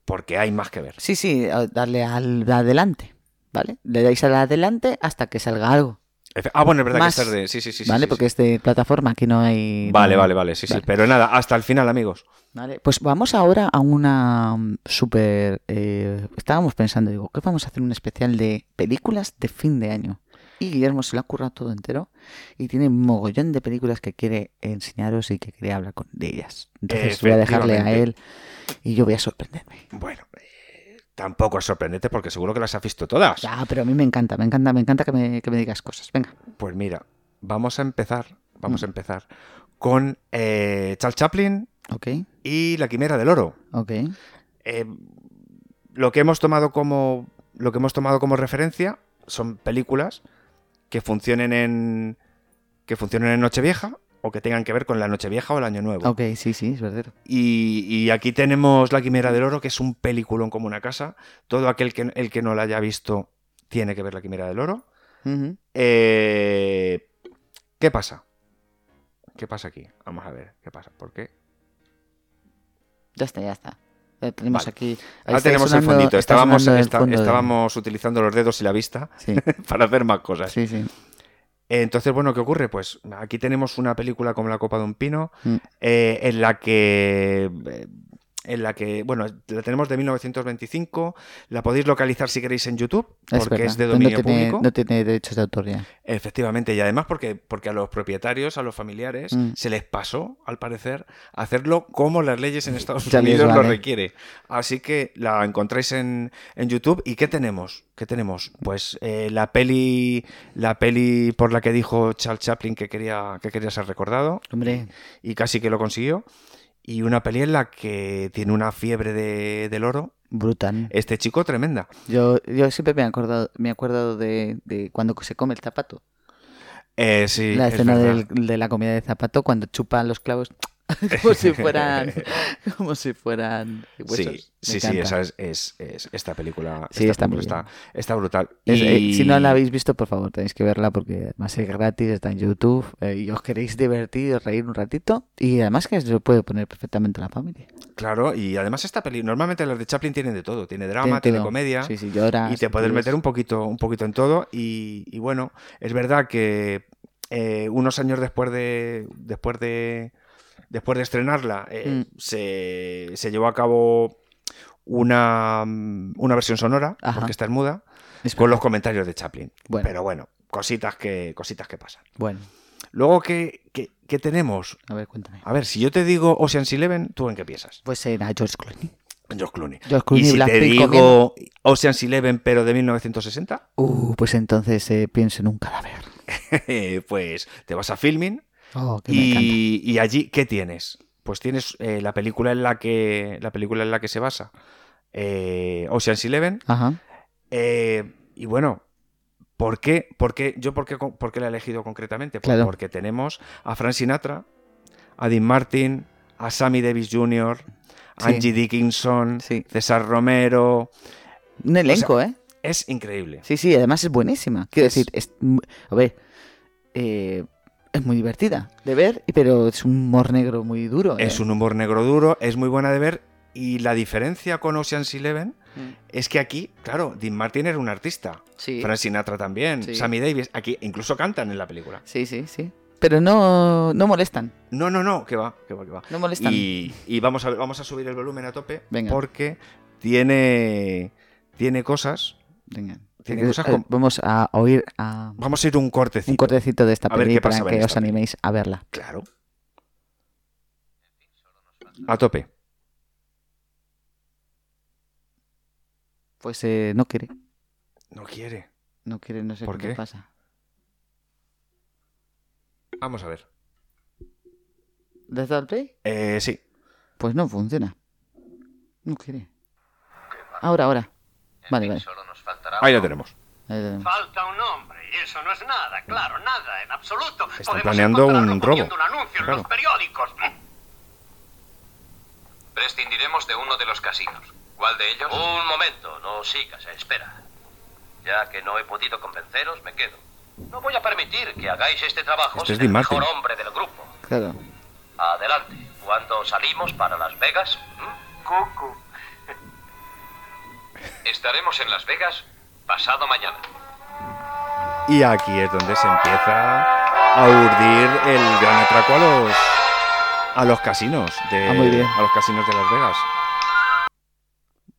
Speaker 1: Porque hay más que ver.
Speaker 2: Sí, sí, a- darle al adelante. ¿vale? Le dais al adelante hasta que salga algo.
Speaker 1: Efe- Ah, bueno, es verdad
Speaker 2: Más,
Speaker 1: que es tarde. Sí, sí, sí. sí,
Speaker 2: ¿Vale?
Speaker 1: sí,
Speaker 2: Porque
Speaker 1: sí.
Speaker 2: es de plataforma, aquí no hay.
Speaker 1: Vale,
Speaker 2: no-
Speaker 1: vale, vale. Sí,
Speaker 2: Vale.
Speaker 1: sí. Pero nada, hasta el final, amigos.
Speaker 2: Vale, pues vamos ahora a una mm, super... eh, estábamos pensando, digo, ¿qué vamos a hacer un especial de películas de fin de año? Y Guillermo se lo ha currado todo entero y tiene un mogollón de películas que quiere enseñaros y que quiere hablar con de ellas. Entonces voy a dejarle a él
Speaker 1: Efectivamente.
Speaker 2: y yo voy a sorprenderme.
Speaker 1: Bueno, eh, tampoco es sorprendente porque seguro que las has visto todas.
Speaker 2: Ya, pero a mí me encanta, me encanta, me encanta que me, que me digas cosas. Venga.
Speaker 1: Pues mira, vamos a empezar. Vamos a
Speaker 2: Mm.
Speaker 1: empezar con eh, Charles Chaplin
Speaker 2: Ok,
Speaker 1: y La Quimera del Oro.
Speaker 2: ok.
Speaker 1: eh, lo que hemos tomado como lo que hemos tomado como referencia son películas que funcionen en que funcionen en Nochevieja o que tengan que ver con la Nochevieja o el Año Nuevo.
Speaker 2: Ok, sí, sí, es verdad.
Speaker 1: Y, y aquí tenemos La Quimera del Oro, que es un peliculón como una casa. Todo aquel que, el que no la haya visto tiene que ver La Quimera del Oro.
Speaker 2: Ujú.
Speaker 1: Eh, ¿Qué pasa? ¿Qué pasa aquí? Vamos a ver qué pasa. ¿Por qué?
Speaker 2: Ya está, ya está. Ya tenemos
Speaker 1: Vale.
Speaker 2: aquí... ahí
Speaker 1: Ahora
Speaker 2: está
Speaker 1: tenemos
Speaker 2: sonando-
Speaker 1: el fondito.
Speaker 2: está
Speaker 1: Estábamos,
Speaker 2: sonando el
Speaker 1: esta-
Speaker 2: fondo de-
Speaker 1: estábamos utilizando los dedos y la vista
Speaker 2: Sí,
Speaker 1: para hacer más cosas.
Speaker 2: sí, sí.
Speaker 1: Entonces, bueno, ¿qué ocurre? Pues aquí tenemos una película como La Copa de un Pino,
Speaker 2: Mm.
Speaker 1: eh, en la que. eh, En la que, bueno, la tenemos de 1925, la podéis localizar si queréis en YouTube,
Speaker 2: Es
Speaker 1: porque es,
Speaker 2: verdad,
Speaker 1: de
Speaker 2: no-
Speaker 1: dominio
Speaker 2: no tiene,
Speaker 1: público.
Speaker 2: No tiene derechos de autor ya.
Speaker 1: Efectivamente, y además porque, porque a los propietarios, a los familiares,
Speaker 2: Mm.
Speaker 1: se les pasó, al parecer, hacerlo como las leyes en Estados
Speaker 2: Ya les
Speaker 1: Unidos lo
Speaker 2: vale.
Speaker 1: requiere. Así que la encontráis en, en YouTube. ¿Y qué tenemos? ¿Qué tenemos? Pues eh, la peli. La peli por la que dijo Charles Chaplin que quería, que quería ser recordado.
Speaker 2: Hombre,
Speaker 1: Y casi que lo consiguió. Y una peli en la que tiene una fiebre de, del oro.
Speaker 2: brutal.
Speaker 1: Este chico tremenda.
Speaker 2: Eh, Yo, yo siempre me he acordado, me he acordado de, de cuando se come el zapato.
Speaker 1: Eh, sí,
Speaker 2: la
Speaker 1: es
Speaker 2: escena
Speaker 1: verdad.
Speaker 2: del- de la comida de zapato cuando chupan los clavos como si fueran como si fueran huesos. pues Me
Speaker 1: Sí, sí, sí,
Speaker 2: encanta.
Speaker 1: esa es, es- es- esta película.
Speaker 2: Sí,
Speaker 1: esta
Speaker 2: está muy
Speaker 1: película está, está brutal.
Speaker 2: Es- eh,
Speaker 1: Y-
Speaker 2: Si no la habéis visto, por favor, tenéis que verla porque además es gratis, está en YouTube eh, y os queréis divertir, reír un ratito y además que se lo puede poner perfectamente la familia.
Speaker 1: Claro, y además esta peli, normalmente las de Chaplin tienen de todo, tiene drama, tiene,
Speaker 2: todo.
Speaker 1: comedia.
Speaker 2: Sí, sí, lloras,
Speaker 1: y te puedes
Speaker 2: ríes.
Speaker 1: meter un poquito, un poquito en todo. Y, y bueno, es verdad que eh, unos años después de. después de. después de estrenarla, eh,
Speaker 2: Mm.
Speaker 1: se, se llevó a cabo una, mm, una versión sonora,
Speaker 2: Ajá.
Speaker 1: porque está en muda,
Speaker 2: Es
Speaker 1: con los comentarios de Chaplin.
Speaker 2: Bueno.
Speaker 1: Pero bueno, cositas que, cositas que pasan.
Speaker 2: Bueno,
Speaker 1: Luego, ¿qué, qué, qué tenemos?
Speaker 2: a ver, cuéntame.
Speaker 1: A ver, si yo te digo Ocean's Eleven, ¿tú en qué piensas?
Speaker 2: Pues era George Clooney.
Speaker 1: George Clooney.
Speaker 2: George Clooney,
Speaker 1: y si
Speaker 2: Brad
Speaker 1: te
Speaker 2: Pitt
Speaker 1: digo Ocean's Eleven, pero de 1960,
Speaker 2: Uh, pues entonces eh, pienso en un cadáver.
Speaker 1: pues te vas a filming
Speaker 2: Oh, que me encanta.
Speaker 1: y, y allí, ¿qué tienes? Pues tienes eh, la película en la que la película en la que se basa eh, Ocean's Eleven.
Speaker 2: Ajá.
Speaker 1: Eh, y bueno, ¿por qué? ¿Por qué? ¿Yo por qué, con- por qué la he elegido concretamente? Pues
Speaker 2: Claro.
Speaker 1: porque tenemos a Frank Sinatra, a Dean Martin, a Sammy Davis Jr., a
Speaker 2: Sí.
Speaker 1: Angie Dickinson,
Speaker 2: Sí.
Speaker 1: César Romero.
Speaker 2: Un elenco, ¿eh?
Speaker 1: Es increíble.
Speaker 2: Sí, sí, además es buenísima. Quiero
Speaker 1: Es-
Speaker 2: decir, es, mu- a ver, eh, es muy divertida de ver, y- pero es un humor negro muy duro. ¿eh?
Speaker 1: Es un humor negro duro, es muy buena de ver. Y la diferencia con Ocean's Eleven
Speaker 2: Mm.
Speaker 1: es que aquí, claro, Dean Martin era un artista.
Speaker 2: Sí,
Speaker 1: Frank Sinatra también,
Speaker 2: Sí.
Speaker 1: Sammy Davis. Aquí incluso cantan en la película.
Speaker 2: sí, sí, sí. Pero no, no molestan,
Speaker 1: No, no, no, que va, que va, que va.
Speaker 2: no molestan.
Speaker 1: Y, y vamos, a, vamos a subir el volumen a tope
Speaker 2: Venga.
Speaker 1: porque tiene, tiene cosas.
Speaker 2: Venga.
Speaker 1: tiene
Speaker 2: Eh,
Speaker 1: cosas
Speaker 2: eh,
Speaker 1: como-
Speaker 2: Vamos a oír a
Speaker 1: Vamos a ir un cortecito.
Speaker 2: un cortecito de esta
Speaker 1: A ver
Speaker 2: peli
Speaker 1: qué
Speaker 2: para
Speaker 1: pasaba en
Speaker 2: que
Speaker 1: esta
Speaker 2: os
Speaker 1: peli.
Speaker 2: animéis a verla.
Speaker 1: Claro. A tope.
Speaker 2: Pues eh, no quiere,
Speaker 1: No quiere.
Speaker 2: no quiere, no sé
Speaker 1: ¿Por
Speaker 2: qué le
Speaker 1: qué?
Speaker 2: pasa.
Speaker 1: Vamos a ver.
Speaker 2: ¿Le has dado al play?
Speaker 1: Eh, sí.
Speaker 2: Pues no funciona. No quiere. Ahora, ahora. Vale, vale. Eh,
Speaker 4: Solo nos faltará.
Speaker 1: Ahí lo tenemos.
Speaker 2: Ahí tenemos.
Speaker 4: Falta un hombre, y eso no es nada, claro, nada, en absoluto.
Speaker 1: Están
Speaker 4: Podemos
Speaker 1: planeando
Speaker 4: encontrarlo
Speaker 1: un robo,
Speaker 4: poniendo Un anuncio en
Speaker 1: claro.
Speaker 4: los periódicos. Prescindiremos de uno de los casinos. ¿Cuál de ellos? Un momento, no sigas, eh, espera. Ya que no he podido convenceros, me quedo. No voy a permitir que hagáis este trabajo
Speaker 1: Este es
Speaker 4: sin
Speaker 1: Dean
Speaker 4: el
Speaker 1: Martin.
Speaker 4: mejor hombre del grupo.
Speaker 2: Claro.
Speaker 4: Adelante. Cuando salimos para Las Vegas? Cucu. Estaremos en Las Vegas pasado mañana.
Speaker 1: Y aquí es donde se empieza a urdir el gran atraco a los a los casinos de
Speaker 2: Ah, muy bien.
Speaker 1: a los casinos de Las Vegas.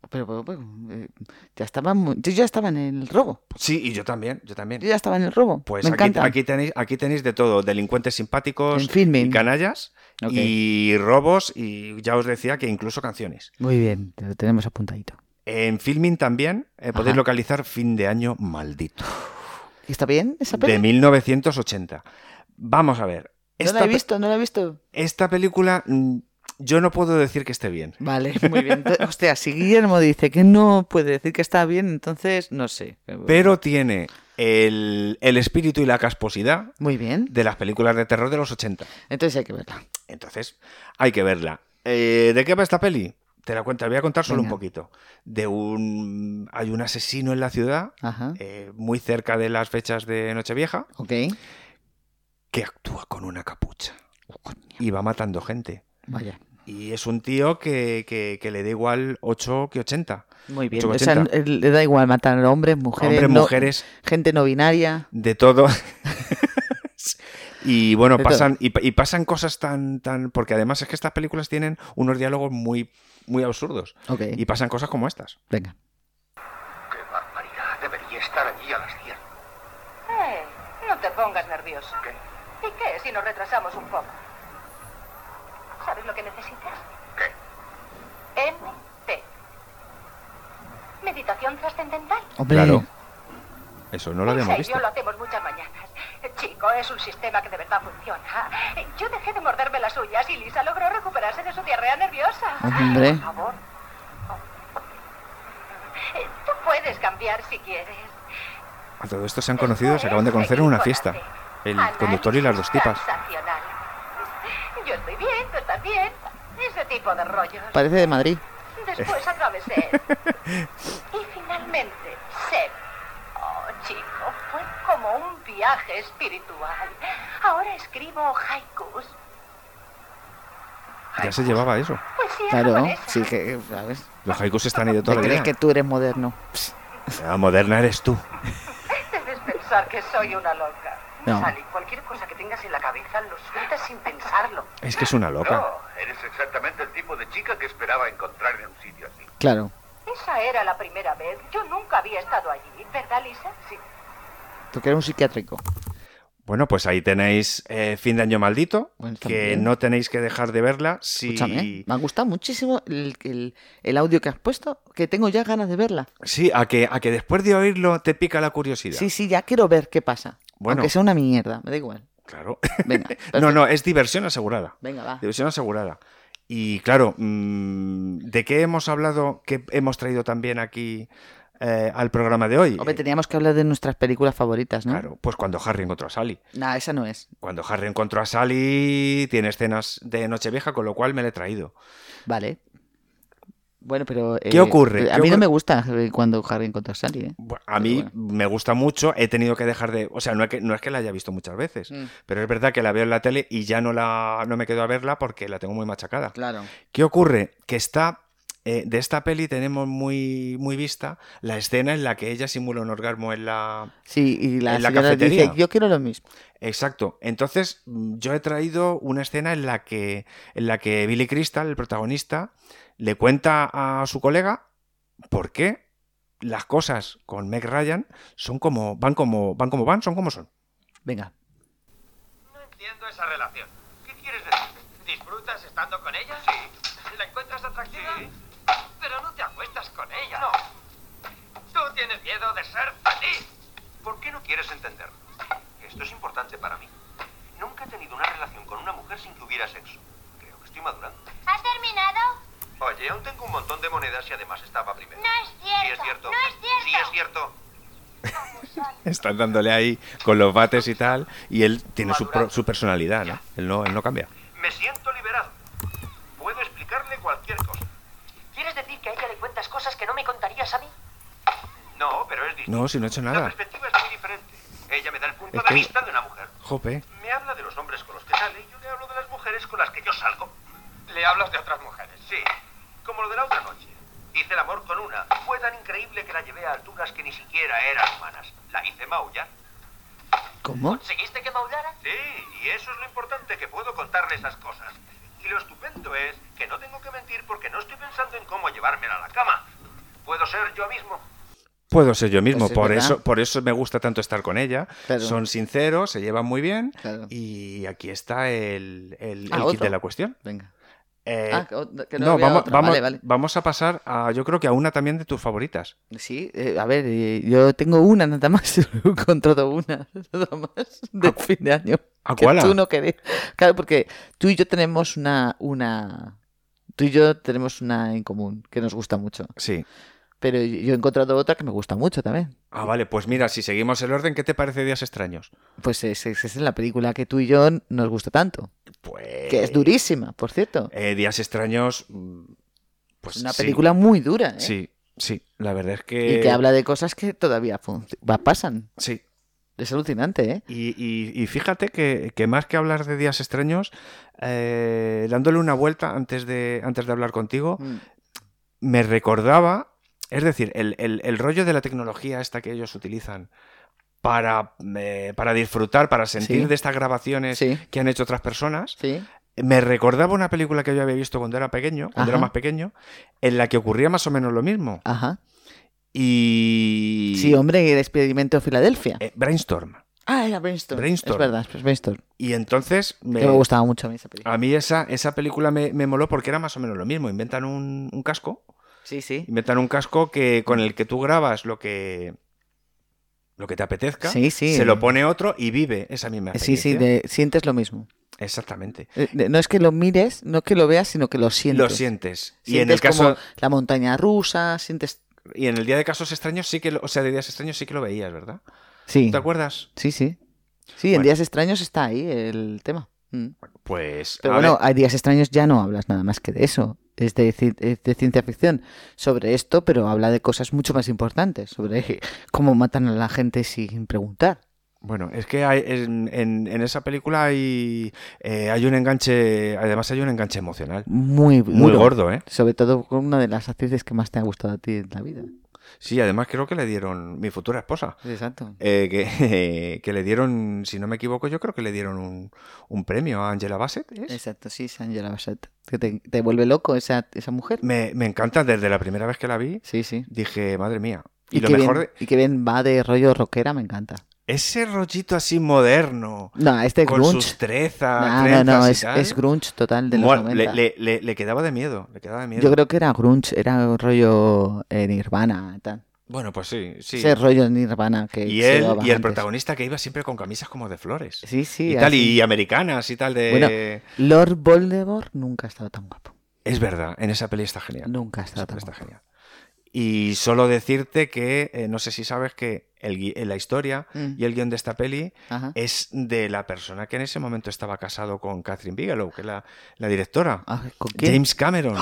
Speaker 2: Pero, pero, pero, eh, ya estaba mu- yo ya estaba en el robo.
Speaker 1: Sí, y yo también, yo también.
Speaker 2: Yo ya estaba en el robo.
Speaker 1: Pues
Speaker 2: Me
Speaker 1: aquí,
Speaker 2: encanta.
Speaker 1: aquí tenéis aquí tenéis de todo, delincuentes simpáticos
Speaker 2: En filming.
Speaker 1: y canallas
Speaker 2: Ok.
Speaker 1: y robos y ya os decía que incluso canciones.
Speaker 2: Muy bien, te lo tenemos apuntadito.
Speaker 1: En filming también eh, podéis
Speaker 2: Ajá.
Speaker 1: localizar Fin de Año Maldito
Speaker 2: ¿Está bien esa
Speaker 1: de
Speaker 2: peli?
Speaker 1: 1980. Vamos a ver.
Speaker 2: No la
Speaker 1: esta
Speaker 2: he
Speaker 1: pe-
Speaker 2: visto, no la he visto.
Speaker 1: Esta película mm, yo no puedo decir que esté bien.
Speaker 2: Vale, muy bien. Ento- Hostia, si Guillermo dice que no puede decir que está bien, entonces no sé.
Speaker 1: Pero tiene el, el espíritu y la casposidad
Speaker 2: Muy bien.
Speaker 1: de las películas de terror de los 80.
Speaker 2: Entonces hay que verla.
Speaker 1: Entonces, hay que verla. Eh, ¿De qué va esta peli? Te la cuento, voy a contar solo
Speaker 2: Venga.
Speaker 1: un poquito. De un. Hay un asesino en la ciudad,
Speaker 2: Ajá.
Speaker 1: eh, muy cerca de las fechas de Nochevieja,
Speaker 2: Ok.
Speaker 1: que actúa con una capucha y va matando gente.
Speaker 2: Vaya.
Speaker 1: Y es un tío que, que- que le da igual 8 que 80.
Speaker 2: Muy bien. O sea,
Speaker 1: 880.
Speaker 2: n- le da igual matar a hombres, mujeres,
Speaker 1: Hombres,
Speaker 2: no-
Speaker 1: mujeres,
Speaker 2: gente no binaria.
Speaker 1: de todo. y bueno,
Speaker 2: De todo.
Speaker 1: pasan, y, pa- y pasan cosas tan, tan. Porque además es que estas películas tienen unos diálogos muy, muy absurdos.
Speaker 2: Ok.
Speaker 1: Y pasan cosas como estas.
Speaker 2: Venga.
Speaker 4: ¡Qué barbaridad! Debería estar allí a las 10.
Speaker 5: Eh, no te pongas nervioso. ¿Y qué si nos retrasamos un poco? ¿Sabes lo que necesitas?
Speaker 4: ¿Qué?
Speaker 5: MT. Meditación trascendental.
Speaker 2: Hombre.
Speaker 1: Claro. Eso no lo
Speaker 5: Elsa
Speaker 1: habíamos
Speaker 5: y
Speaker 1: visto.
Speaker 5: yo lo hacemos muchas mañanas. Chico, es un sistema que de verdad funciona. Yo dejé de morderme las uñas y Lisa logró recuperarse de su diarrea nerviosa.
Speaker 2: Hombre.
Speaker 5: Por favor. Eh, Tú puedes cambiar si quieres.
Speaker 1: A todo esto se han conocido, se acaban de conocer en una fiesta. El conductor y las dos tipas.
Speaker 5: Transaccional. Yo estoy bien, tú estás bien. Ese tipo de rollos.
Speaker 2: Parece de Madrid.
Speaker 5: Después atravesé. y finalmente, Seb. Oh, chico, fue como un viaje espiritual. Ahora escribo haikus.
Speaker 1: Ya se llevaba eso.
Speaker 5: Poesía
Speaker 2: Claro.
Speaker 5: japonesa.
Speaker 2: Sí, que, ¿sabes?
Speaker 1: Los haikus están ahí de
Speaker 2: ¿Te
Speaker 1: toda la vida.
Speaker 2: crees que tú eres moderno?
Speaker 1: La moderna eres tú.
Speaker 5: Este Debes pensar que soy una loca.
Speaker 2: No.
Speaker 5: Sally, cualquier cosa que tengas en la cabeza lo sueltas sin pensarlo.
Speaker 1: Es que es una loca.
Speaker 4: No, Oh, eres exactamente el tipo de chica que esperaba encontrar en un sitio así.
Speaker 2: Claro.
Speaker 5: Esa era la primera vez. Yo nunca había estado allí, ¿verdad, Lisa? Sí.
Speaker 2: Porque eres un psiquiátrico.
Speaker 1: Bueno, pues ahí tenéis eh, Fin de Año Maldito,
Speaker 2: Bueno, está
Speaker 1: que
Speaker 2: bien.
Speaker 1: no tenéis que dejar de verla si...
Speaker 2: Escúchame. ¿eh? Me ha gustado muchísimo el, el- el audio que has puesto, que tengo ya ganas de verla.
Speaker 1: Sí, a que, a que después de oírlo te pica la curiosidad.
Speaker 2: Sí, sí, ya quiero ver qué pasa.
Speaker 1: Bueno.
Speaker 2: Aunque sea una mierda, me da igual.
Speaker 1: Claro.
Speaker 2: Venga.
Speaker 1: No,
Speaker 2: perfecto.
Speaker 1: no, es diversión asegurada.
Speaker 2: Venga, va.
Speaker 1: Diversión asegurada. Y claro, mm, ¿de qué hemos hablado que hemos traído también aquí eh, al programa de hoy?
Speaker 2: Hombre,
Speaker 1: Eh,
Speaker 2: teníamos que hablar de nuestras películas favoritas, ¿no?
Speaker 1: Claro, pues cuando Harry encontró a Sally.
Speaker 2: Nah, esa no es.
Speaker 1: Cuando Harry encontró a Sally tiene escenas de Nochevieja, con lo cual me la he traído.
Speaker 2: Vale. Bueno, pero.
Speaker 1: ¿Qué
Speaker 2: eh,
Speaker 1: ocurre?
Speaker 2: A
Speaker 1: ¿Qué
Speaker 2: mí no
Speaker 1: ocurre?
Speaker 2: me gusta eh, cuando Harry encontró a Sally, ¿eh?
Speaker 1: Bu- A mí
Speaker 2: Pero
Speaker 1: me gusta mucho, he tenido que dejar de... O sea, no es que, no es que la haya visto muchas veces,
Speaker 2: Mm.
Speaker 1: pero es verdad que la veo en la tele y ya no, la, no me quedo a verla porque la tengo muy machacada.
Speaker 2: Claro.
Speaker 1: ¿Qué ocurre? Que está... eh, de esta peli tenemos muy, muy vista la escena en la que ella simula un orgasmo en la...
Speaker 2: Sí, y la,
Speaker 1: En la
Speaker 2: señora
Speaker 1: cafetería.
Speaker 2: dice, yo quiero lo mismo.
Speaker 1: Exacto. Entonces, mm, yo he traído una escena en la que, en la que Billy Crystal, el protagonista, le cuenta a su colega por qué las cosas con Meg Ryan son como, van como, van como van, son como son.
Speaker 2: Venga.
Speaker 4: No entiendo esa relación. ¿Qué quieres decir? ¿Disfrutas estando con ella? Sí. ¿La encuentras atractiva? Pero no te acuestas con ella. No. Tú tienes miedo de ser feliz. ¿Por qué no quieres entenderlo? Esto es importante para mí. Nunca he tenido una relación con una mujer sin que hubiera sexo. Creo que estoy madurando.
Speaker 6: ¿Has terminado?
Speaker 4: Oye, aún tengo un montón de monedas y además estaba primero.
Speaker 6: No es cierto.
Speaker 4: Sí es cierto.
Speaker 6: No es cierto.
Speaker 4: Sí es cierto.
Speaker 1: Están dándole ahí con los bates y tal, y él tiene su, pro- su personalidad, ¿no? Él, ¿no? él no cambia.
Speaker 4: Me siento liberado. Puedo explicarle cualquier cosa.
Speaker 5: ¿Quieres decir que a ella le cuentas cosas que no me contarías a mí?
Speaker 4: No, pero es distinto.
Speaker 1: No, si no he hecho
Speaker 4: La
Speaker 1: nada.
Speaker 4: perspectiva es muy diferente. Ella me da el punto
Speaker 1: Es
Speaker 4: de
Speaker 1: que-
Speaker 4: vista de una mujer.
Speaker 1: Jope.
Speaker 4: Me habla de los hombres con los que sale y yo le hablo de las mujeres con las que yo salgo. Le hablas de otras mujeres. Sí, como lo de la otra noche. Hice el amor con una. Fue tan increíble que la llevé a alturas que ni siquiera eran humanas. La hice maullar.
Speaker 2: ¿Cómo?
Speaker 6: ¿Conseguiste que maullara?
Speaker 4: Sí, y eso es lo importante que puedo contarle esas cosas. Y lo estupendo es que no tengo que mentir porque no estoy pensando en cómo llevármela a la cama. Puedo ser yo mismo.
Speaker 1: Puedo ser yo mismo,
Speaker 2: Pues es
Speaker 1: por
Speaker 2: verdad.
Speaker 1: eso, por eso me gusta tanto estar con ella.
Speaker 2: Claro.
Speaker 1: Son sinceros, se llevan muy bien.
Speaker 2: Claro.
Speaker 1: Y aquí está el, el-
Speaker 2: Ah,
Speaker 1: el kit
Speaker 2: otro.
Speaker 1: de la cuestión.
Speaker 2: Venga.
Speaker 1: Eh,
Speaker 2: Ah, que ot- que no,
Speaker 1: no,
Speaker 2: había
Speaker 1: vamos,
Speaker 2: otra.
Speaker 1: vamos,
Speaker 2: Vale, vale.
Speaker 1: vamos a pasar a, yo creo que a una también de tus favoritas.
Speaker 2: Sí, eh, a ver, eh, yo tengo una nada más, contrato una nada más de fin de año.
Speaker 1: ¿A
Speaker 2: que
Speaker 1: Ah, cuál?
Speaker 2: tú no querés. Claro, porque tú y yo tenemos una, una, tú y yo tenemos una en común que nos gusta mucho.
Speaker 1: Sí.
Speaker 2: Pero yo he encontrado otra que me gusta mucho también.
Speaker 1: Ah, vale, pues mira, si seguimos el orden, ¿qué te parece Días Extraños?
Speaker 2: Pues es, es, es la película que tú y yo nos gusta tanto.
Speaker 1: Pues.
Speaker 2: Que es durísima, por cierto.
Speaker 1: eh, Días Extraños. mm, Pues
Speaker 2: Es una
Speaker 1: sí,
Speaker 2: película muy dura, ¿eh?
Speaker 1: Sí, sí, la verdad es que.
Speaker 2: Y que habla de cosas que todavía fun- va- pasan.
Speaker 1: Sí.
Speaker 2: Es alucinante, ¿eh?
Speaker 1: Y, y- y fíjate que, que más que hablar de días extraños, eh, dándole una vuelta antes de, antes de hablar contigo, me recordaba, es decir, el, el- el rollo de la tecnología esta que ellos utilizan para, eh, para disfrutar, para sentir
Speaker 2: Sí.
Speaker 1: de estas grabaciones
Speaker 2: Sí,
Speaker 1: que han hecho otras personas,
Speaker 2: sí.
Speaker 1: me recordaba una película que yo había visto cuando era pequeño, cuando era
Speaker 2: Ajá.
Speaker 1: más pequeño, en la que ocurría más o menos lo mismo.
Speaker 2: Ajá.
Speaker 1: Y...
Speaker 2: Sí, hombre, el experimento Filadelfia.
Speaker 1: Eh, brainstorm.
Speaker 2: ah, era Brainstorm.
Speaker 1: Brainstorm.
Speaker 2: Es verdad, es Brainstorm.
Speaker 1: Y entonces...
Speaker 2: Que me gustaba mucho a mí esa película.
Speaker 1: A mí esa, esa película me, me moló porque era más o menos lo mismo. Inventan un, un casco.
Speaker 2: Sí, sí.
Speaker 1: Inventan un casco que con el que tú grabas lo que lo que te apetezca.
Speaker 2: Sí, sí.
Speaker 1: Se lo pone otro y vive esa misma
Speaker 2: Sí,
Speaker 1: experiencia.
Speaker 2: sí, de- sientes lo mismo.
Speaker 1: Exactamente.
Speaker 2: Eh, de- No es que lo mires, no que lo veas, sino que lo sientes.
Speaker 1: Lo sientes. Y en
Speaker 2: Sientes
Speaker 1: el caso
Speaker 2: como la montaña rusa, sientes...
Speaker 1: y en el día de casos extraños sí que lo, o sea, de días extraños sí que lo veías, ¿verdad?
Speaker 2: Sí,
Speaker 1: ¿Te acuerdas?
Speaker 2: sí, sí. Sí, en
Speaker 1: Bueno.
Speaker 2: Días Extraños está ahí el tema. Mm.
Speaker 1: Pues
Speaker 2: Pero
Speaker 1: a
Speaker 2: bueno,
Speaker 1: ver,
Speaker 2: hay Días Extraños ya no hablas nada más que de eso. Es de, ci- es de ciencia ficción sobre esto, pero habla de cosas mucho más importantes, sobre cómo matan a la gente sin preguntar.
Speaker 1: bueno, es que hay- en, en- en esa película hay eh, hay un enganche, además hay un enganche emocional
Speaker 2: Muy,
Speaker 1: muy
Speaker 2: duro.
Speaker 1: gordo, ¿eh?
Speaker 2: Sobre todo con una de las actrices que más te ha gustado a ti en la vida.
Speaker 1: Sí, además creo que le dieron mi futura esposa.
Speaker 2: Exacto.
Speaker 1: eh, que, que le dieron, si no me equivoco, yo creo que le dieron un, un premio a Angela Bassett. ¿es?
Speaker 2: Exacto, sí, es Angela Bassett. Que te, te vuelve loco esa, esa mujer.
Speaker 1: Me, me encanta, desde la primera vez que la vi,
Speaker 2: Sí, sí.
Speaker 1: dije, madre mía. Y, lo
Speaker 2: que
Speaker 1: mejor,
Speaker 2: bien,
Speaker 1: de-
Speaker 2: y que bien va de rollo rockera, me encanta.
Speaker 1: ese rollito así moderno,
Speaker 2: No, este
Speaker 1: con
Speaker 2: grunge.
Speaker 1: sus trezas,
Speaker 2: no, no,
Speaker 1: trenzas
Speaker 2: no,
Speaker 1: Ah, y
Speaker 2: es,
Speaker 1: tal,
Speaker 2: es grunge total de los
Speaker 1: mola, le,
Speaker 2: 90.
Speaker 1: le- le- le quedaba de miedo, le quedaba de miedo.
Speaker 2: Yo creo que era grunge, era un rollo eh, Nirvana. Tal.
Speaker 1: Bueno, pues sí, sí.
Speaker 2: Ese rollo Nirvana que
Speaker 1: y
Speaker 2: se
Speaker 1: él
Speaker 2: llevaba
Speaker 1: y el
Speaker 2: antes.
Speaker 1: protagonista que iba siempre con camisas como de flores.
Speaker 2: Sí, sí.
Speaker 1: y tal,
Speaker 2: así.
Speaker 1: y americanas y tal de...
Speaker 2: Bueno. Lord Voldemort nunca ha estado tan guapo.
Speaker 1: Es verdad, en esa peli está genial.
Speaker 2: Nunca ha estado
Speaker 1: Está-
Speaker 2: tan
Speaker 1: está
Speaker 2: guapo.
Speaker 1: genial. Y solo decirte que, eh, no sé si sabes que el gui- eh, la historia
Speaker 2: Mm.
Speaker 1: y el eh, guión de esta peli
Speaker 2: Ajá.
Speaker 1: es de la persona que en ese momento estaba casado con Catherine Bigelow, que es la, la directora.
Speaker 2: Ah, ¿Con quién?
Speaker 1: James Cameron.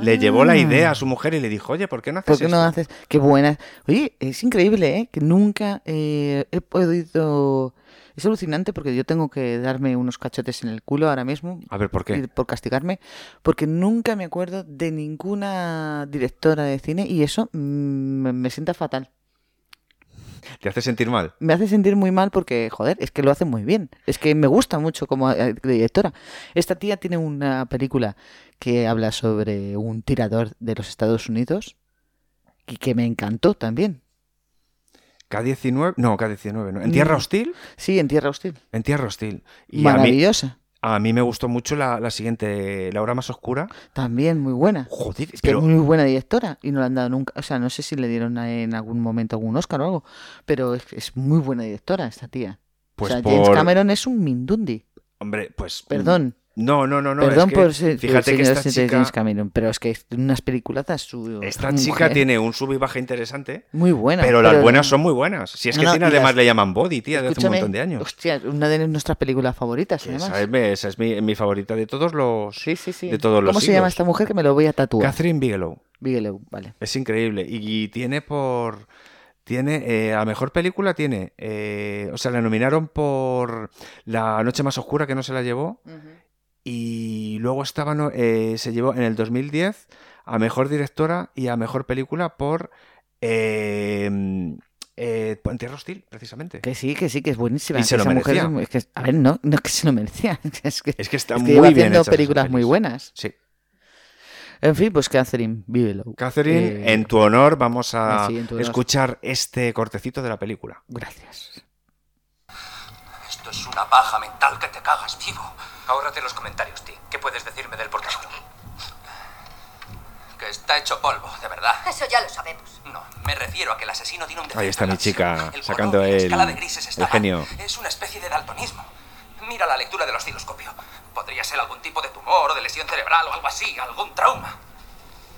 Speaker 1: Le llevó la
Speaker 2: Ah.
Speaker 1: idea a su mujer y le dijo, oye, ¿por qué no haces
Speaker 2: ¿Por qué no
Speaker 1: esto?".
Speaker 2: haces? Qué buena. Oye, es increíble, ¿eh? Que nunca eh, he podido. Es alucinante porque yo tengo que darme unos cachotes en el culo ahora mismo.
Speaker 1: A ver, ¿por
Speaker 2: y
Speaker 1: qué?
Speaker 2: Por castigarme. Porque nunca me acuerdo de ninguna directora de cine y eso mm, me, me sienta fatal.
Speaker 1: ¿Te hace sentir mal?
Speaker 2: Me hace sentir muy mal porque, joder, es que lo hace muy bien. Es que me gusta mucho como eh, directora. Esta tía tiene una película que habla sobre un tirador de los Estados Unidos y que me encantó también.
Speaker 1: K-19... No, K-19 no. ¿En Tierra
Speaker 2: Mm.
Speaker 1: Hostil?
Speaker 2: Sí, en Tierra Hostil.
Speaker 1: En Tierra Hostil. Y a mí,
Speaker 2: Maravillosa.
Speaker 1: a mí me gustó mucho la, la siguiente, La Hora Más Oscura.
Speaker 2: También muy buena.
Speaker 1: Joder,
Speaker 2: Es que
Speaker 1: pero
Speaker 2: es muy buena directora y no le han dado nunca. O sea, no sé si le dieron a- en algún momento algún Oscar o algo, pero es, es muy buena directora esta tía.
Speaker 1: pues
Speaker 2: o sea, James
Speaker 1: por...
Speaker 2: Cameron es un mindundi.
Speaker 1: Hombre, pues...
Speaker 2: Perdón.
Speaker 1: No, no, no, no.
Speaker 2: Perdón
Speaker 1: es que
Speaker 2: por ser.
Speaker 1: Fíjate que
Speaker 2: señor
Speaker 1: esta
Speaker 2: Sir James
Speaker 1: chica,
Speaker 2: Cameron, pero es que es unas peliculazas su.
Speaker 1: esta
Speaker 2: mujer.
Speaker 1: chica tiene un sub y baja interesante,
Speaker 2: Muy buena.
Speaker 1: pero las buenas son muy buenas. Si es
Speaker 2: No,
Speaker 1: que
Speaker 2: no,
Speaker 1: tiene
Speaker 2: y
Speaker 1: además
Speaker 2: las-
Speaker 1: le llaman Body, tía, de hace un
Speaker 2: Escúchame,
Speaker 1: montón de años.
Speaker 2: Hostia, una de nuestras películas favoritas,
Speaker 1: Que
Speaker 2: además.
Speaker 1: Esa es, mi- esa es mi, mi favorita de todos los.
Speaker 2: Sí, sí, sí.
Speaker 1: de todos los
Speaker 2: ¿Cómo se llama
Speaker 1: siglos.
Speaker 2: esta mujer que me lo voy a tatuar?
Speaker 1: Catherine Bigelow.
Speaker 2: Bigelow, vale.
Speaker 1: Es increíble. Y, y tiene por. Tiene. eh, a mejor película tiene. eh, o sea, la nominaron por La Noche Más Oscura, que no se la llevó. Y luego estaba, no- eh, se llevó en el 2010 a mejor directora y a mejor película por eh, eh, por Tierra Hostil, precisamente.
Speaker 2: Que sí, que sí, que es buenísima.
Speaker 1: Y
Speaker 2: que
Speaker 1: se lo
Speaker 2: esa mujer
Speaker 1: merecía.
Speaker 2: es muy- es que- a ver, no, no es que se lo merecía. Es que,
Speaker 1: Es que está
Speaker 2: es que
Speaker 1: muy
Speaker 2: lleva
Speaker 1: bien.
Speaker 2: haciendo
Speaker 1: hechas esas
Speaker 2: películas muy
Speaker 1: pelis.
Speaker 2: buenas.
Speaker 1: Sí.
Speaker 2: En fin, pues Catherine, vívelo.
Speaker 1: Catherine,
Speaker 2: Eh,
Speaker 1: en tu honor vamos a
Speaker 2: ah, sí, en tu honor.
Speaker 1: escuchar este cortecito de la película.
Speaker 2: Gracias.
Speaker 4: Esto es una paja mental que te cagas vivo. Ahórrate los comentarios, Ti. ¿Qué puedes decirme del portavoz? Que está hecho polvo, de verdad.
Speaker 5: Eso ya lo sabemos.
Speaker 4: No, me refiero a que el asesino tiene un defecto
Speaker 1: Ahí está mi
Speaker 4: laxo.
Speaker 1: chica
Speaker 4: El
Speaker 1: sacando
Speaker 4: color y la
Speaker 1: el-
Speaker 4: escala de grises está
Speaker 1: el genio.
Speaker 4: mal. Es una especie de daltonismo. Mira la lectura del osciloscopio. Podría ser algún tipo de tumor o de lesión cerebral o algo así, algún trauma.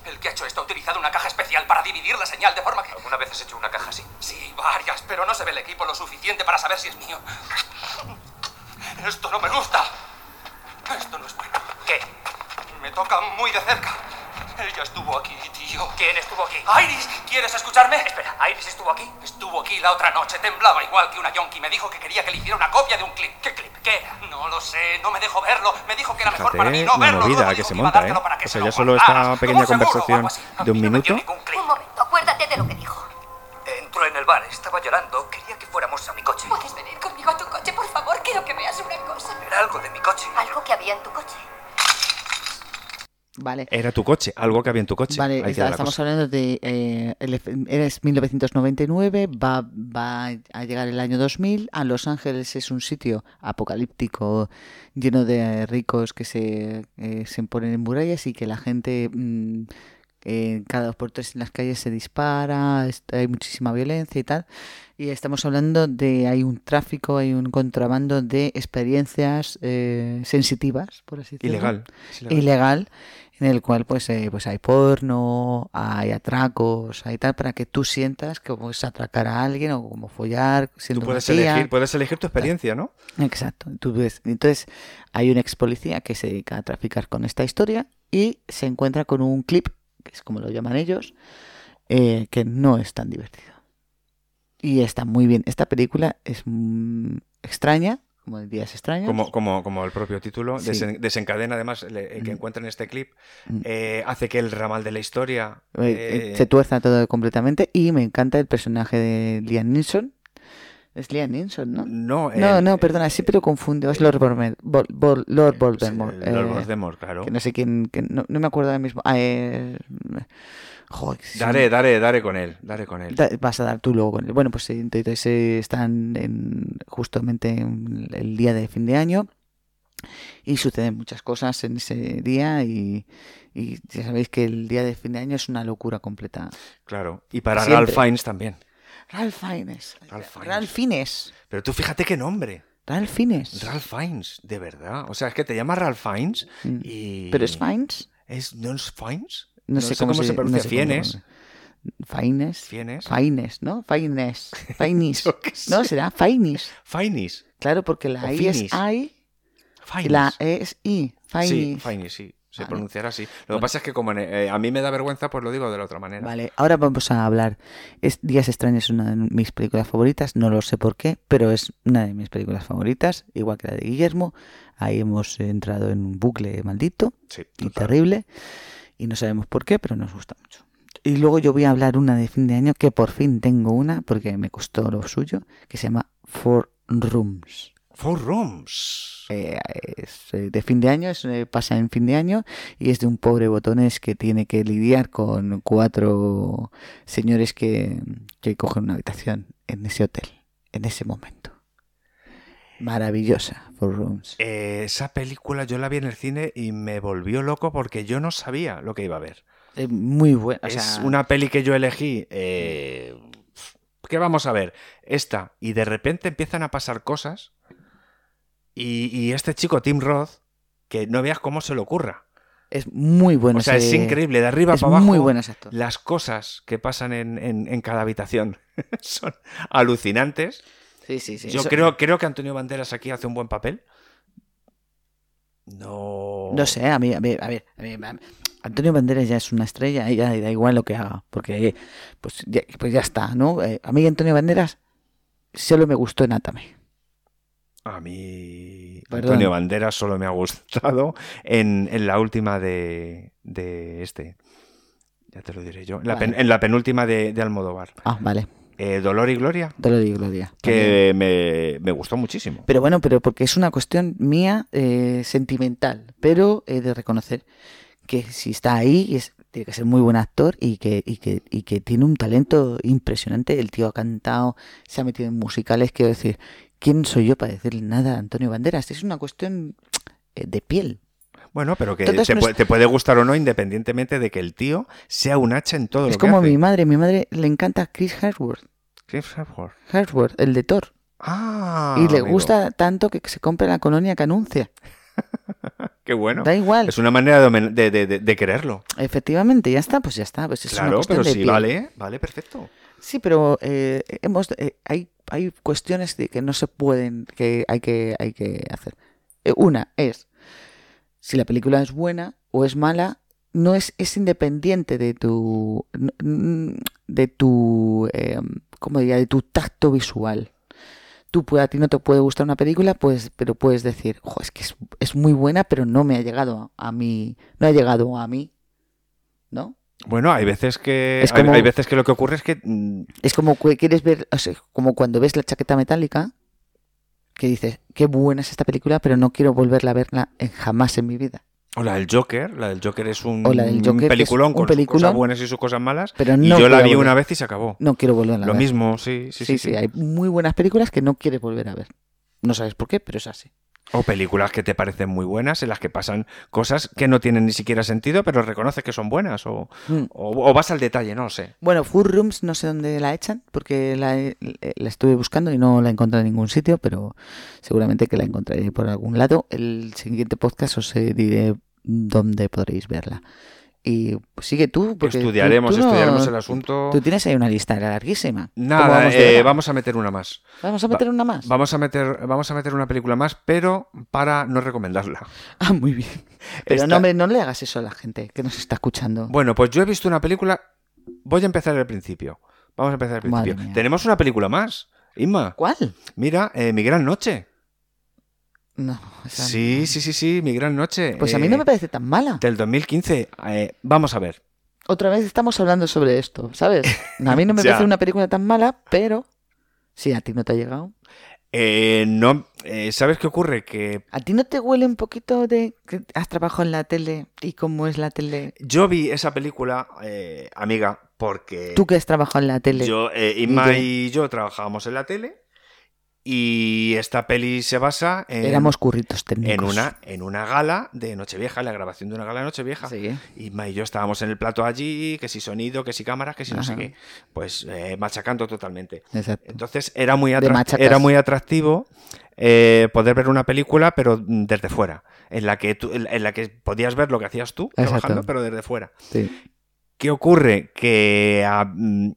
Speaker 4: El que ha hecho esto ha utilizado una caja especial para dividir la señal de forma que... ¿Alguna vez has hecho una caja así? Sí, varias, pero no se ve el equipo lo suficiente para saber si es mío. Esto no me gusta. Esto no es bueno. ¿Qué? Me toca muy de cerca. Ella estuvo aquí, tío. ¿Quién estuvo aquí? ¡Iris! ¿Quieres escucharme? Espera, ¿Iris estuvo aquí? Estuvo aquí la otra noche. Temblaba igual que una yonki. Me dijo que quería que le hiciera una copia de un clip. ¿Qué clip? ¿Qué era? No lo sé. No me dejó verlo. Me dijo que era mejor
Speaker 1: Fíjate
Speaker 4: para mí no
Speaker 1: la
Speaker 4: verlo.
Speaker 1: movida
Speaker 4: Luego
Speaker 1: que
Speaker 4: dijo
Speaker 1: se
Speaker 4: iba a
Speaker 1: monta,
Speaker 4: dártelo
Speaker 1: ¿eh?
Speaker 4: para que
Speaker 1: O
Speaker 4: se
Speaker 1: sea,
Speaker 4: lo
Speaker 1: ya solo
Speaker 4: guardaras,
Speaker 1: esta
Speaker 4: como
Speaker 1: pequeña
Speaker 4: seguro o algo
Speaker 1: conversación
Speaker 4: así. A
Speaker 1: de
Speaker 4: mí
Speaker 1: un
Speaker 4: no me dio
Speaker 1: minuto.
Speaker 4: ningún clip. Eh,
Speaker 5: Un momento, acuérdate de lo que dijo.
Speaker 4: Entró en el bar, estaba llorando, quería que fuéramos a mi coche.
Speaker 5: ¿Puedes venir conmigo a tu coche, por favor? Quiero que veas una cosa.
Speaker 4: Era algo de mi coche.
Speaker 5: Algo que había en tu coche.
Speaker 2: Vale.
Speaker 1: Era tu coche, algo que había en tu coche.
Speaker 2: Vale,
Speaker 1: Ahí queda
Speaker 2: está-
Speaker 1: la
Speaker 2: estamos
Speaker 1: cosa.
Speaker 2: hablando de. eh, el F- eres 1999, va, va a llegar el año 2000. A Los Ángeles es un sitio apocalíptico, lleno de ricos que se, eh, se ponen en murallas y que la gente. mm, eh, cada dos por tres en las calles se dispara, est- hay muchísima violencia y tal. Y estamos hablando de. Hay un tráfico, hay un contrabando de experiencias eh, sensitivas, por así decirlo
Speaker 1: Ilegal. es ilegal.
Speaker 2: ilegal en el cual pues eh, pues hay porno, hay atracos, hay tal para que tú sientas que es atracar a alguien o como follar, siendo
Speaker 1: Tú
Speaker 2: una
Speaker 1: puedes
Speaker 2: tía.
Speaker 1: elegir, pues. puedes elegir tu experiencia, ¿no?
Speaker 2: Exacto. Tú ves- Entonces hay un ex policía que se dedica a traficar con esta historia y se encuentra con un clip, que es como lo llaman ellos, eh, que no es tan divertido. Y está muy bien. Esta película es mm, extraña, como días extraños.
Speaker 1: Como, como, como el propio título,
Speaker 2: Sí.
Speaker 1: desen- desencadena además le- eh, que
Speaker 2: Mm.
Speaker 1: encuentren este clip,
Speaker 2: Mm.
Speaker 1: eh, hace que el ramal de la historia...
Speaker 2: Eh, eh,
Speaker 1: eh,
Speaker 2: se tuerza todo completamente y me encanta el personaje de Liam Neeson. Es Liam Neeson, ¿no?
Speaker 1: no,
Speaker 2: no,
Speaker 1: eh,
Speaker 2: no, perdona, siempre lo confundo. Es Lord Voldemort. Vol- Vol- Lord Voldemort.
Speaker 1: Sí, Lord
Speaker 2: eh,
Speaker 1: Voldemort, claro.
Speaker 2: que no sé quién, que no, no me acuerdo ahora mismo. Ah, eh, joder, sí.
Speaker 1: Daré, daré, daré con él, daré con él.
Speaker 2: Da- vas a dar tú luego con él. Bueno, pues sí, entonces eh, están en- justamente en el día de fin de año y suceden muchas cosas en ese día y, y ya sabéis que el día de fin de año es una locura completa.
Speaker 1: Claro. Y para
Speaker 2: Siempre.
Speaker 1: Ralph Fiennes también.
Speaker 2: Ralph Fiennes.
Speaker 1: Ralph Fiennes.
Speaker 2: Ralph Fiennes.
Speaker 1: Pero tú fíjate qué nombre.
Speaker 2: Ralph Fiennes.
Speaker 1: Ralph Fiennes, de verdad. O sea, es que te llamas Ralph Fiennes
Speaker 2: Mm.
Speaker 1: y...
Speaker 2: ¿Pero es Fiennes?
Speaker 1: ¿Es, ¿No es Fiennes?
Speaker 2: No, sé, cómo, se,
Speaker 1: pronuncia.
Speaker 2: no sé cómo se
Speaker 1: Fienes.
Speaker 2: pronuncia. Fiennes.
Speaker 1: Fienes.
Speaker 2: Fiennes, ¿no? Fiennes. Fiennes.
Speaker 1: Yo qué sé.
Speaker 2: no, será Fiennes.
Speaker 1: Fiennes.
Speaker 2: Claro, porque
Speaker 1: O
Speaker 2: la I es
Speaker 1: Finis.
Speaker 2: I y
Speaker 1: Fiennes.
Speaker 2: la E es I. Fiennes.
Speaker 1: Sí, Fiennes, sí. Se
Speaker 2: Vale.
Speaker 1: pronunciará así. Lo
Speaker 2: Bueno.
Speaker 1: que pasa es que como en- eh, a mí me da vergüenza, pues lo digo de la otra manera.
Speaker 2: Vale, ahora vamos a hablar. Es Días extraños es una de mis películas favoritas, no lo sé por qué, pero es una de mis películas favoritas, igual que la de Guillermo. Ahí hemos entrado en un bucle maldito.
Speaker 1: Sí,
Speaker 2: y
Speaker 1: total.
Speaker 2: terrible. Y no sabemos por qué, pero nos gusta mucho. Y luego yo voy a hablar una de fin de año, que por fin tengo una, porque me costó lo suyo, que se llama Four Rooms.
Speaker 1: Four Rooms.
Speaker 2: Eh, es eh, de fin de año, es, eh, pasa en fin de año, y es de un pobre botones que tiene que lidiar con cuatro señores que, que cogen una habitación en ese hotel, en ese momento. Maravillosa, Four Rooms.
Speaker 1: Eh, esa película yo la vi en el cine y me volvió loco porque yo no sabía lo que iba a ver.
Speaker 2: Eh, muy buena. o
Speaker 1: es
Speaker 2: sea-
Speaker 1: una peli que yo elegí. eh, ¿Qué vamos a ver? Esta. Y de repente empiezan a pasar cosas. Y, y este chico, Tim Roth, que no veas cómo se le ocurra.
Speaker 2: Es muy buena.
Speaker 1: o sea, es
Speaker 2: ese-
Speaker 1: increíble. De arriba
Speaker 2: es
Speaker 1: para abajo.
Speaker 2: muy buen actor.
Speaker 1: Las cosas que pasan en, en- en cada habitación son alucinantes.
Speaker 2: Sí, sí, sí.
Speaker 1: yo
Speaker 2: Eso-
Speaker 1: creo, creo que Antonio Banderas aquí hace un buen papel. No.
Speaker 2: No sé, a mí, a mí, a ver, a mí- a mí- Antonio Banderas ya es una estrella, y ya da igual lo que haga, porque eh, pues ya, pues ya está, ¿no? Eh, a mí Antonio Banderas solo me gustó en Atame.
Speaker 1: A mí
Speaker 2: Perdón.
Speaker 1: Antonio Banderas solo me ha gustado en, en la última de, de este. Ya te lo diré yo. En la,
Speaker 2: Vale.
Speaker 1: pen- en la penúltima de, de Almodóvar.
Speaker 2: Ah, vale.
Speaker 1: Eh, Dolor y Gloria,
Speaker 2: Dolor y Gloria. También.
Speaker 1: que me, me gustó muchísimo.
Speaker 2: Pero bueno, pero porque es una cuestión mía eh, sentimental, pero he de reconocer que si está ahí, y es, tiene que ser muy buen actor y que, y, que, y que tiene un talento impresionante. El tío ha cantado, se ha metido en musicales, quiero decir, ¿quién soy yo para decirle nada a Antonio Banderas? Es una cuestión eh, de piel.
Speaker 1: Bueno, pero que
Speaker 2: Entonces pues
Speaker 1: te,
Speaker 2: no
Speaker 1: pu-
Speaker 2: es-
Speaker 1: te puede gustar o no, independientemente de que el tío sea un hacha en todo
Speaker 2: Es
Speaker 1: lo que
Speaker 2: como
Speaker 1: hace.
Speaker 2: mi madre, mi madre le encanta Chris Hemsworth,
Speaker 1: Chris Hemsworth.
Speaker 2: Hemsworth, el de Thor,
Speaker 1: Ah,
Speaker 2: y le
Speaker 1: amigo.
Speaker 2: gusta tanto que se compra la colonia que anuncia.
Speaker 1: Qué bueno.
Speaker 2: da igual.
Speaker 1: Es una manera de, homen- de, de- de- de quererlo.
Speaker 2: Efectivamente, ya está, pues ya está. Pues es una
Speaker 1: claro,
Speaker 2: cuestión
Speaker 1: pero
Speaker 2: de
Speaker 1: sí,
Speaker 2: piel.
Speaker 1: vale, vale, perfecto.
Speaker 2: Sí, pero eh, hemos, eh, hay, hay cuestiones de que no se pueden, que hay que, hay que hacer. Eh, una es, si la película es buena o es mala, no es, es independiente de tu, n- n- de tu, eh, ¿cómo diría? De tu tacto visual. Tú puede- a ti no te puede gustar una película, pues, pero puedes decir, "Jo, es que es, es muy buena, pero no me ha llegado a mí, no ha llegado a mí, ¿no?
Speaker 1: Bueno, hay veces que
Speaker 2: Es
Speaker 1: hay-
Speaker 2: como-
Speaker 1: hay, veces que lo que ocurre es que mm,
Speaker 2: Es como que quieres ver, o sea, como cuando ves la chaqueta metálica, que dices, qué buena es esta película, pero no quiero volverla a verla en- jamás en mi vida.
Speaker 1: o la del Joker, la del Joker es un,
Speaker 2: O la del Joker, que es
Speaker 1: peliculón
Speaker 2: un
Speaker 1: con sus
Speaker 2: peliculón.
Speaker 1: cosas buenas y sus cosas malas.
Speaker 2: Pero
Speaker 1: Y
Speaker 2: no
Speaker 1: yo la
Speaker 2: quiero
Speaker 1: vi
Speaker 2: volver-
Speaker 1: una vez y se acabó.
Speaker 2: No quiero volverla a
Speaker 1: Lo
Speaker 2: ver.
Speaker 1: mismo, sí, sí,
Speaker 2: Sí
Speaker 1: sí.
Speaker 2: sí,
Speaker 1: sí.
Speaker 2: hay muy buenas películas que no quieres volver a ver. No sabes por qué, pero es así.
Speaker 1: O películas que te parecen muy buenas, en las que pasan cosas que no tienen ni siquiera sentido, pero reconoces que son buenas. O,
Speaker 2: Mm.
Speaker 1: o- o vas al detalle, no lo sé.
Speaker 2: Bueno, Food Rooms no sé dónde la echan porque la, he- la estuve buscando y no la encontré en ningún sitio, pero seguramente que la encontraré por algún lado. El siguiente podcast os eh, diré dónde podréis verla. Y pues, sigue tú. Porque tú-
Speaker 1: estudiaremos,
Speaker 2: tú no-
Speaker 1: estudiaremos el asunto.
Speaker 2: Tú tienes ahí una lista larguísima. ¿Cómo
Speaker 1: Nada, eh, vamos,
Speaker 2: vamos, de hora?
Speaker 1: a meter una más.
Speaker 2: ¿Vamos a meter una más.
Speaker 1: Vamos a meter, vamos a meter una película más, pero para no recomendarla.
Speaker 2: Ah, muy bien. Pero
Speaker 1: Esta-
Speaker 2: no, hombre, no le hagas eso a la gente que nos está escuchando.
Speaker 1: Bueno, pues yo he visto una película. Voy a empezar al principio. Vamos a empezar al
Speaker 2: Madre
Speaker 1: principio.
Speaker 2: mía.
Speaker 1: Tenemos una película más. Inma,
Speaker 2: ¿Cuál?
Speaker 1: mira, eh, Mi Gran Noche.
Speaker 2: No. esa no.
Speaker 1: Sí, sí, sí, sí, Mi Gran Noche.
Speaker 2: Pues a mí
Speaker 1: eh,
Speaker 2: no me parece tan mala.
Speaker 1: Del 2015. Eh, vamos a ver.
Speaker 2: Otra vez estamos hablando sobre esto, ¿sabes? A mí no me
Speaker 1: Ya.
Speaker 2: parece una película tan mala, pero si a ti no te ha llegado.
Speaker 1: Eh, no, eh, ¿Sabes qué ocurre? Que
Speaker 2: ¿A ti no te huele un poquito de que has trabajado en la tele y cómo es la tele?
Speaker 1: yo vi esa película, eh, amiga, porque...
Speaker 2: Tú que has trabajado en la tele.
Speaker 1: Eh, Yo, eh, Inma
Speaker 2: Miguel.
Speaker 1: y yo trabajábamos en la tele y esta peli se basa en,
Speaker 2: Éramos curritos técnicos.
Speaker 1: en, una, en una gala de Nochevieja, en la grabación de una gala de Nochevieja.
Speaker 2: Sí.
Speaker 1: Inma y yo estábamos en el plato allí, que si sonido, que si cámaras, que si no sé
Speaker 2: Ajá.
Speaker 1: qué. Pues eh, machacando totalmente.
Speaker 2: Exacto.
Speaker 1: Entonces era muy,
Speaker 2: De
Speaker 1: atra-
Speaker 2: machacas.
Speaker 1: era muy atractivo eh, poder ver una película, pero mm, desde fuera, en la que, tú- en la que podías ver lo que hacías tú,
Speaker 2: Exacto.
Speaker 1: trabajando, pero desde fuera.
Speaker 2: Sí.
Speaker 1: ¿Qué ocurre? Que, ah, mm,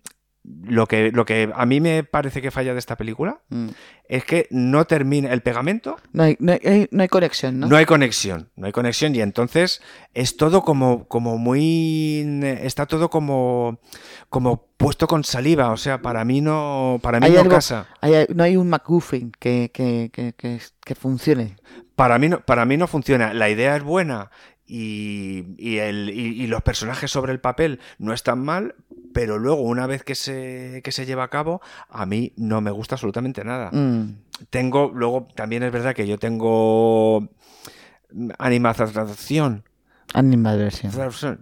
Speaker 1: lo que lo que a mí me parece que falla de esta película
Speaker 2: Mm.
Speaker 1: es que no termina el pegamento,
Speaker 2: No hay, no hay- no hay conexión, ¿no?
Speaker 1: ¿no? hay conexión, no hay conexión y entonces es todo como como muy está todo como como puesto con saliva, o sea, para mí no para mí
Speaker 2: Hay
Speaker 1: no
Speaker 2: algo-
Speaker 1: casa.
Speaker 2: Hay- no hay un MacGuffin que, que, que, que, que funcione.
Speaker 1: Para mí, no, para mí no funciona. La idea es buena y, y el- y- y los personajes sobre el papel no están mal, pero luego, una vez que se, que se lleva a cabo, a mí no me gusta absolutamente nada.
Speaker 2: Mm.
Speaker 1: Tengo, luego, también es verdad que yo tengo animación
Speaker 2: Animadversión.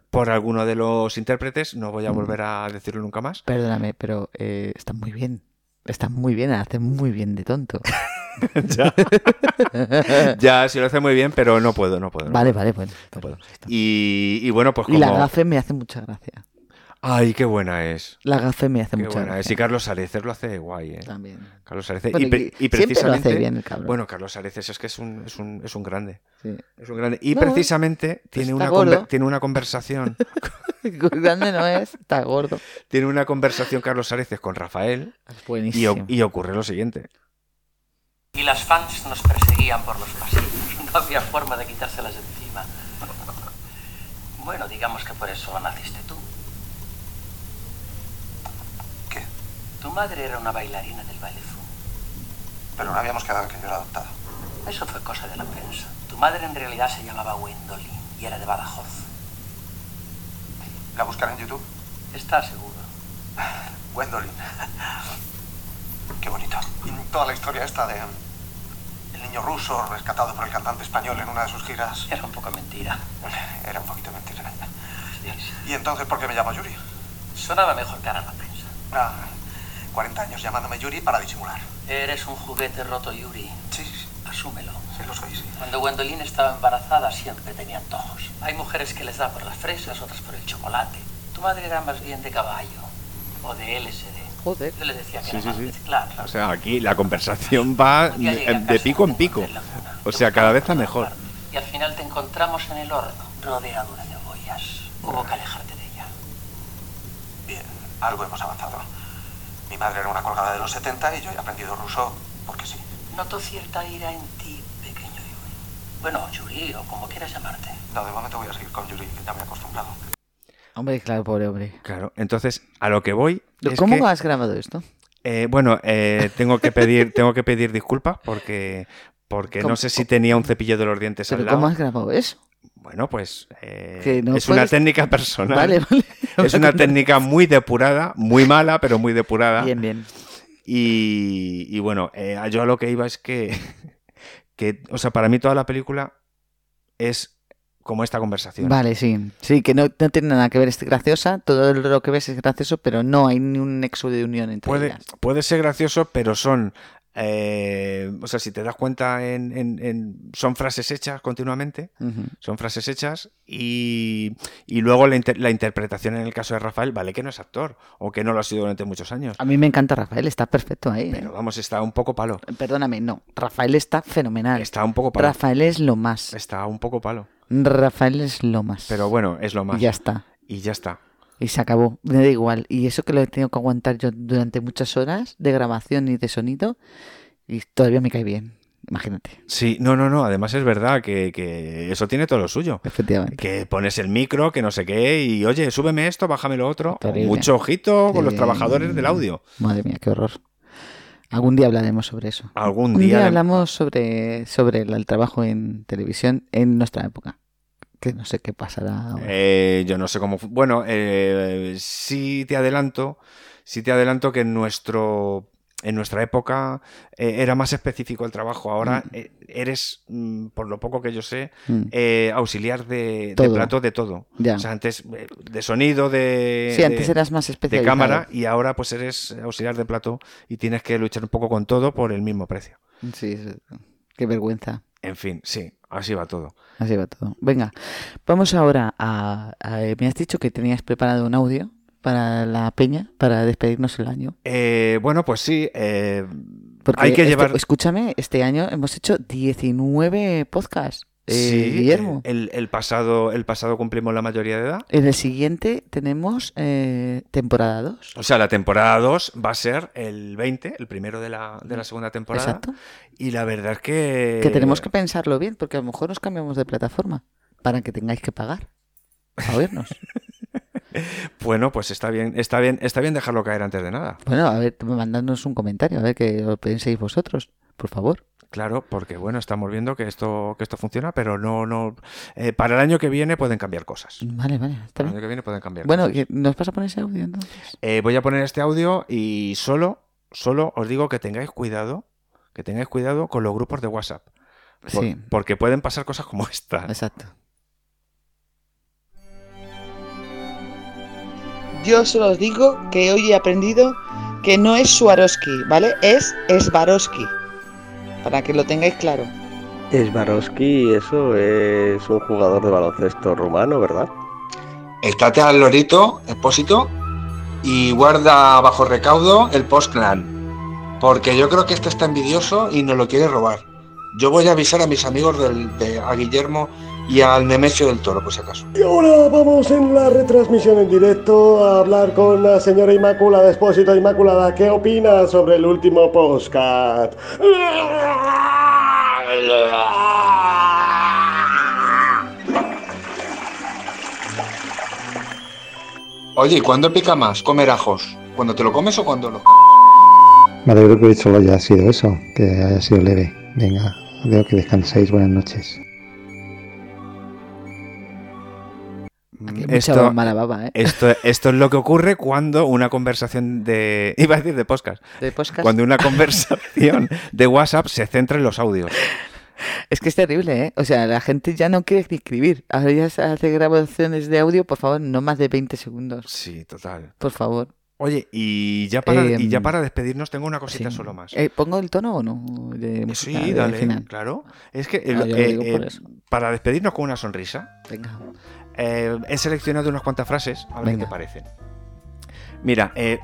Speaker 1: por alguno de los intérpretes, no voy a volver a decirlo nunca más.
Speaker 2: Perdóname, pero eh, está muy bien. Está muy bien, hace muy bien de tonto.
Speaker 1: ya. ya, si lo hace muy bien, pero no puedo, no puedo. no
Speaker 2: Vale, vale, bueno.
Speaker 1: puedo, no
Speaker 2: pues
Speaker 1: puedo.
Speaker 2: ya está.
Speaker 1: Ah, Y, y bueno, pues
Speaker 2: Y la
Speaker 1: como...
Speaker 2: gafe me hace mucha gracia.
Speaker 1: Ay, qué buena es.
Speaker 2: La gafe me hace
Speaker 1: Qué
Speaker 2: mucha
Speaker 1: buena es. Y
Speaker 2: gracia.
Speaker 1: Carlos Areces lo hace guay, ¿eh?
Speaker 2: También.
Speaker 1: Carlos Areces.
Speaker 2: Bueno,
Speaker 1: y, pre-
Speaker 2: y-
Speaker 1: y
Speaker 2: siempre lo hace
Speaker 1: precisamente.
Speaker 2: bien el cabrón.
Speaker 1: Bueno, Carlos Areces es que es un, es un, es un grande.
Speaker 2: Sí.
Speaker 1: Es un grande. Y
Speaker 2: No, pues
Speaker 1: precisamente tiene,
Speaker 2: está
Speaker 1: una
Speaker 2: gordo.
Speaker 1: conver- tiene una conversación.
Speaker 2: Grande no es, está gordo.
Speaker 1: tiene una conversación Carlos Areces con Rafael.
Speaker 2: Es
Speaker 1: Y, o-
Speaker 2: buenísimo.
Speaker 1: y ocurre lo siguiente.
Speaker 7: Y las fans nos perseguían por los pasillos. No había forma de quitárselas de encima. Bueno, digamos que por eso naciste tú.
Speaker 6: ¿Qué?
Speaker 7: Tu madre era una bailarina del baile Zoom.
Speaker 6: Pero no habíamos quedado que yo era adoptado.
Speaker 7: Eso fue cosa de la prensa. Tu madre en realidad se llamaba Wendolin y era de Badajoz.
Speaker 6: ¿La buscarán en YouTube?
Speaker 7: Está seguro.
Speaker 6: Wendolin. Qué bonito. Y toda la historia esta de... mm, El niño ruso rescatado por el cantante español en una de sus giras.
Speaker 7: Era un poco mentira.
Speaker 6: Era un poquito mentira.
Speaker 7: Sí, sí.
Speaker 6: ¿Y entonces por qué me llamo Yuri?
Speaker 7: Sonaba mejor cara a la prensa.
Speaker 6: Ah, 40 años llamándome Yuri para disimular.
Speaker 7: Eres un juguete roto, Yuri.
Speaker 6: Sí, sí,
Speaker 7: Asúmelo.
Speaker 6: sí, lo soy, sí.
Speaker 7: Cuando Gwendolyn estaba embarazada siempre tenía antojos. Hay mujeres que les da por las fresas, otras por el chocolate. Tu madre era más bien de caballo o de LSD.
Speaker 2: Joder.
Speaker 7: Yo le decía que
Speaker 1: Sí,
Speaker 7: era
Speaker 1: sí,
Speaker 7: más
Speaker 1: sí.
Speaker 7: mezclar.
Speaker 1: O sea, aquí la conversación va
Speaker 7: Un día llegué
Speaker 1: de
Speaker 7: a
Speaker 1: de
Speaker 7: casa
Speaker 1: pico en
Speaker 7: con
Speaker 1: pico.
Speaker 7: Wendell Laguna.
Speaker 1: O sea, cada vez está mejor.
Speaker 7: Y al final te encontramos en el horno, rodeado de cebollas. Hubo que alejarte de ella.
Speaker 6: Bien, algo hemos avanzado. Mi madre era una colgada de los 70 y yo he aprendido ruso porque sí.
Speaker 7: Noto cierta ira en ti, pequeño Yuri. Bueno, Yuri, o como quieras llamarte.
Speaker 6: No, de momento voy a seguir con Yuri, que ya me he acostumbrado.
Speaker 2: Hombre, claro, pobre hombre.
Speaker 1: Claro, entonces a lo que voy. es
Speaker 2: ¿Cómo
Speaker 1: que-
Speaker 2: has grabado esto?
Speaker 1: Eh, bueno, eh, tengo que pedir, tengo que pedir disculpas porque, porque no
Speaker 2: ¿Cómo-
Speaker 1: sé si tenía un cepillo de los dientes al
Speaker 2: ¿Pero
Speaker 1: lado.
Speaker 2: cómo has grabado eso?
Speaker 1: Bueno, pues eh,
Speaker 2: Que no
Speaker 1: es una
Speaker 2: puedes-
Speaker 1: técnica personal.
Speaker 2: Vale, vale.
Speaker 1: Es una técnica muy depurada, muy mala, pero muy depurada.
Speaker 2: Bien, bien.
Speaker 1: Y, y bueno, eh, yo a lo que iba es que, que, o sea, para mí toda la película es como esta conversación.
Speaker 2: Vale, sí. Sí, que no, no tiene nada que ver, es graciosa. Todo lo que ves es gracioso, pero no hay ni un nexo de unión entre
Speaker 1: puede,
Speaker 2: ellas.
Speaker 1: puede ser gracioso, pero son. eh, o sea, si te das cuenta, en- en- en, son frases hechas continuamente.
Speaker 2: Ujú.
Speaker 1: Son frases hechas y, y luego la, inter- la interpretación en el caso de Rafael, vale que no es actor o que no lo ha sido durante muchos años.
Speaker 2: A mí me encanta Rafael, está perfecto ahí. ¿eh?
Speaker 1: Pero vamos, está un poco palo.
Speaker 2: Perdóname, no. Rafael está fenomenal.
Speaker 1: Está un poco palo.
Speaker 2: Rafael es lo más.
Speaker 1: Está un poco palo.
Speaker 2: Rafael es lo más.
Speaker 1: Pero bueno, es lo más.
Speaker 2: Y ya está.
Speaker 1: Y ya está.
Speaker 2: Y se acabó. Me da igual. Y eso que lo he tenido que aguantar yo durante muchas horas de grabación y de sonido. Y todavía me cae bien. Imagínate.
Speaker 1: Sí, no, no, no. Además es verdad que, que eso tiene todo lo suyo.
Speaker 2: Efectivamente.
Speaker 1: Que pones el micro, que no sé qué, y oye, súbeme esto, bájame lo otro.
Speaker 2: Terrible.
Speaker 1: Mucho ojito con los
Speaker 2: Eh,
Speaker 1: trabajadores del audio.
Speaker 2: Madre mía, qué horror. Algún día hablaremos sobre eso.
Speaker 1: Algún
Speaker 2: Un día
Speaker 1: día.
Speaker 2: hablamos sobre, sobre el, el trabajo en televisión en nuestra época. Que no sé qué pasará ahora.
Speaker 1: Eh, yo no sé cómo. fu- Bueno, eh, sí te adelanto, sí te adelanto que en nuestro, en nuestra época eh, era más específico el trabajo. Ahora
Speaker 2: Mm.
Speaker 1: eh, eres, mm, por lo poco que yo sé,
Speaker 2: Mm,
Speaker 1: eh, auxiliar de, de
Speaker 2: Todo.
Speaker 1: plato de todo.
Speaker 2: ya.
Speaker 1: O sea, antes eh, de sonido, de,
Speaker 2: sí, antes
Speaker 1: de-
Speaker 2: eras más
Speaker 1: de
Speaker 2: especializado.
Speaker 1: cámara y ahora pues eres auxiliar de plato y tienes que luchar un poco con todo por el mismo precio.
Speaker 2: Sí, sí. qué vergüenza.
Speaker 1: En fin, sí, así va todo.
Speaker 2: Así va todo. Venga, vamos ahora a, a- eh, Me has dicho que tenías preparado un audio para la peña, para despedirnos el año.
Speaker 1: Eh, bueno, pues sí, eh,
Speaker 2: Porque
Speaker 1: hay que
Speaker 2: este-
Speaker 1: llevar...
Speaker 2: escúchame, este año hemos hecho 19 podcasts, eh,
Speaker 1: Sí,
Speaker 2: Guillermo.
Speaker 1: eh, El, el pasado, el pasado cumplimos la mayoría de edad.
Speaker 2: En el siguiente tenemos eh, temporada 2.
Speaker 1: O sea, la temporada 2 va a ser el 20, el primero de la, de la segunda temporada.
Speaker 2: Exacto.
Speaker 1: Y la verdad es que...
Speaker 2: Que tenemos que pensarlo bien, porque a lo mejor nos cambiamos de plataforma para que tengáis que pagar a oírnos.
Speaker 1: Bueno, pues está bien, está bien, está bien dejarlo caer antes de nada.
Speaker 2: bueno, a ver, mandadnos un comentario, a ver qué lo penséis vosotros, por favor.
Speaker 1: Claro, porque bueno, estamos viendo que esto, que esto funciona, pero no, no. eh, para el año que viene pueden cambiar cosas.
Speaker 2: Vale, vale, está
Speaker 1: Para el
Speaker 2: bien.
Speaker 1: año que viene pueden cambiar
Speaker 2: Bueno,
Speaker 1: cosas.
Speaker 2: que ¿nos vas a poner ese audio entonces?
Speaker 1: Eh, voy a poner este audio y solo, solo os digo que tengáis cuidado, que tengáis cuidado con los grupos de WhatsApp. Por-
Speaker 2: Sí,
Speaker 1: Porque pueden pasar cosas como esta.
Speaker 2: exacto.
Speaker 8: Yo solo os digo que hoy he aprendido que no es Swarovski, ¿vale? Es Swarovski. Para que lo tengáis claro.
Speaker 9: Swarovski, eso es un jugador de baloncesto rumano, ¿verdad?
Speaker 10: Estate al lorito, expósito, y guarda bajo recaudo el postclan. Porque yo creo que este está envidioso y nos lo quiere robar. Yo voy a avisar a mis amigos del, de, a Guillermo y al Nemesio del Toro, por si acaso.
Speaker 11: Y ahora vamos en la retransmisión en directo a hablar con la señora Inmaculada Espósito Inmaculada. ¿Qué opina sobre el último postcat?
Speaker 10: Oye, ¿y cuándo pica más comer ajos? ¿Cuando te lo comes o cuando lo
Speaker 11: Me alegro que solo haya sido eso, que haya sido leve. Venga,
Speaker 12: Veo que descansáis. Buenas noches.
Speaker 2: Aquí hay mucha mala baba, Mm, ¿eh?
Speaker 1: Esto, esto es lo que ocurre cuando una conversación de. Iba a decir de podcast.
Speaker 2: De podcast.
Speaker 1: Cuando una conversación de WhatsApp se centra en los audios.
Speaker 2: Es que es terrible, ¿eh? O sea, la gente ya no quiere ni escribir. Ahora ya se hace grabaciones de audio, por favor, no más de 20 segundos.
Speaker 1: Sí, total.
Speaker 2: Por favor.
Speaker 1: Oye, y ya para,
Speaker 2: Eh,
Speaker 1: y ya para despedirnos tengo una cosita
Speaker 2: Sí.
Speaker 1: Pues solo más. Eh,
Speaker 2: Eh, ¿Pongo el tono o no? De música
Speaker 1: Sí,
Speaker 2: al
Speaker 1: dale,
Speaker 2: final.
Speaker 1: claro. Es que
Speaker 2: Ah,
Speaker 1: el-
Speaker 2: yo lo
Speaker 1: eh,
Speaker 2: digo por
Speaker 1: eh,
Speaker 2: eso.
Speaker 1: para despedirnos con una sonrisa,
Speaker 2: Venga.
Speaker 1: eh, he seleccionado unas cuantas frases, a ver
Speaker 2: Venga.
Speaker 1: qué te parecen. Mira, eh,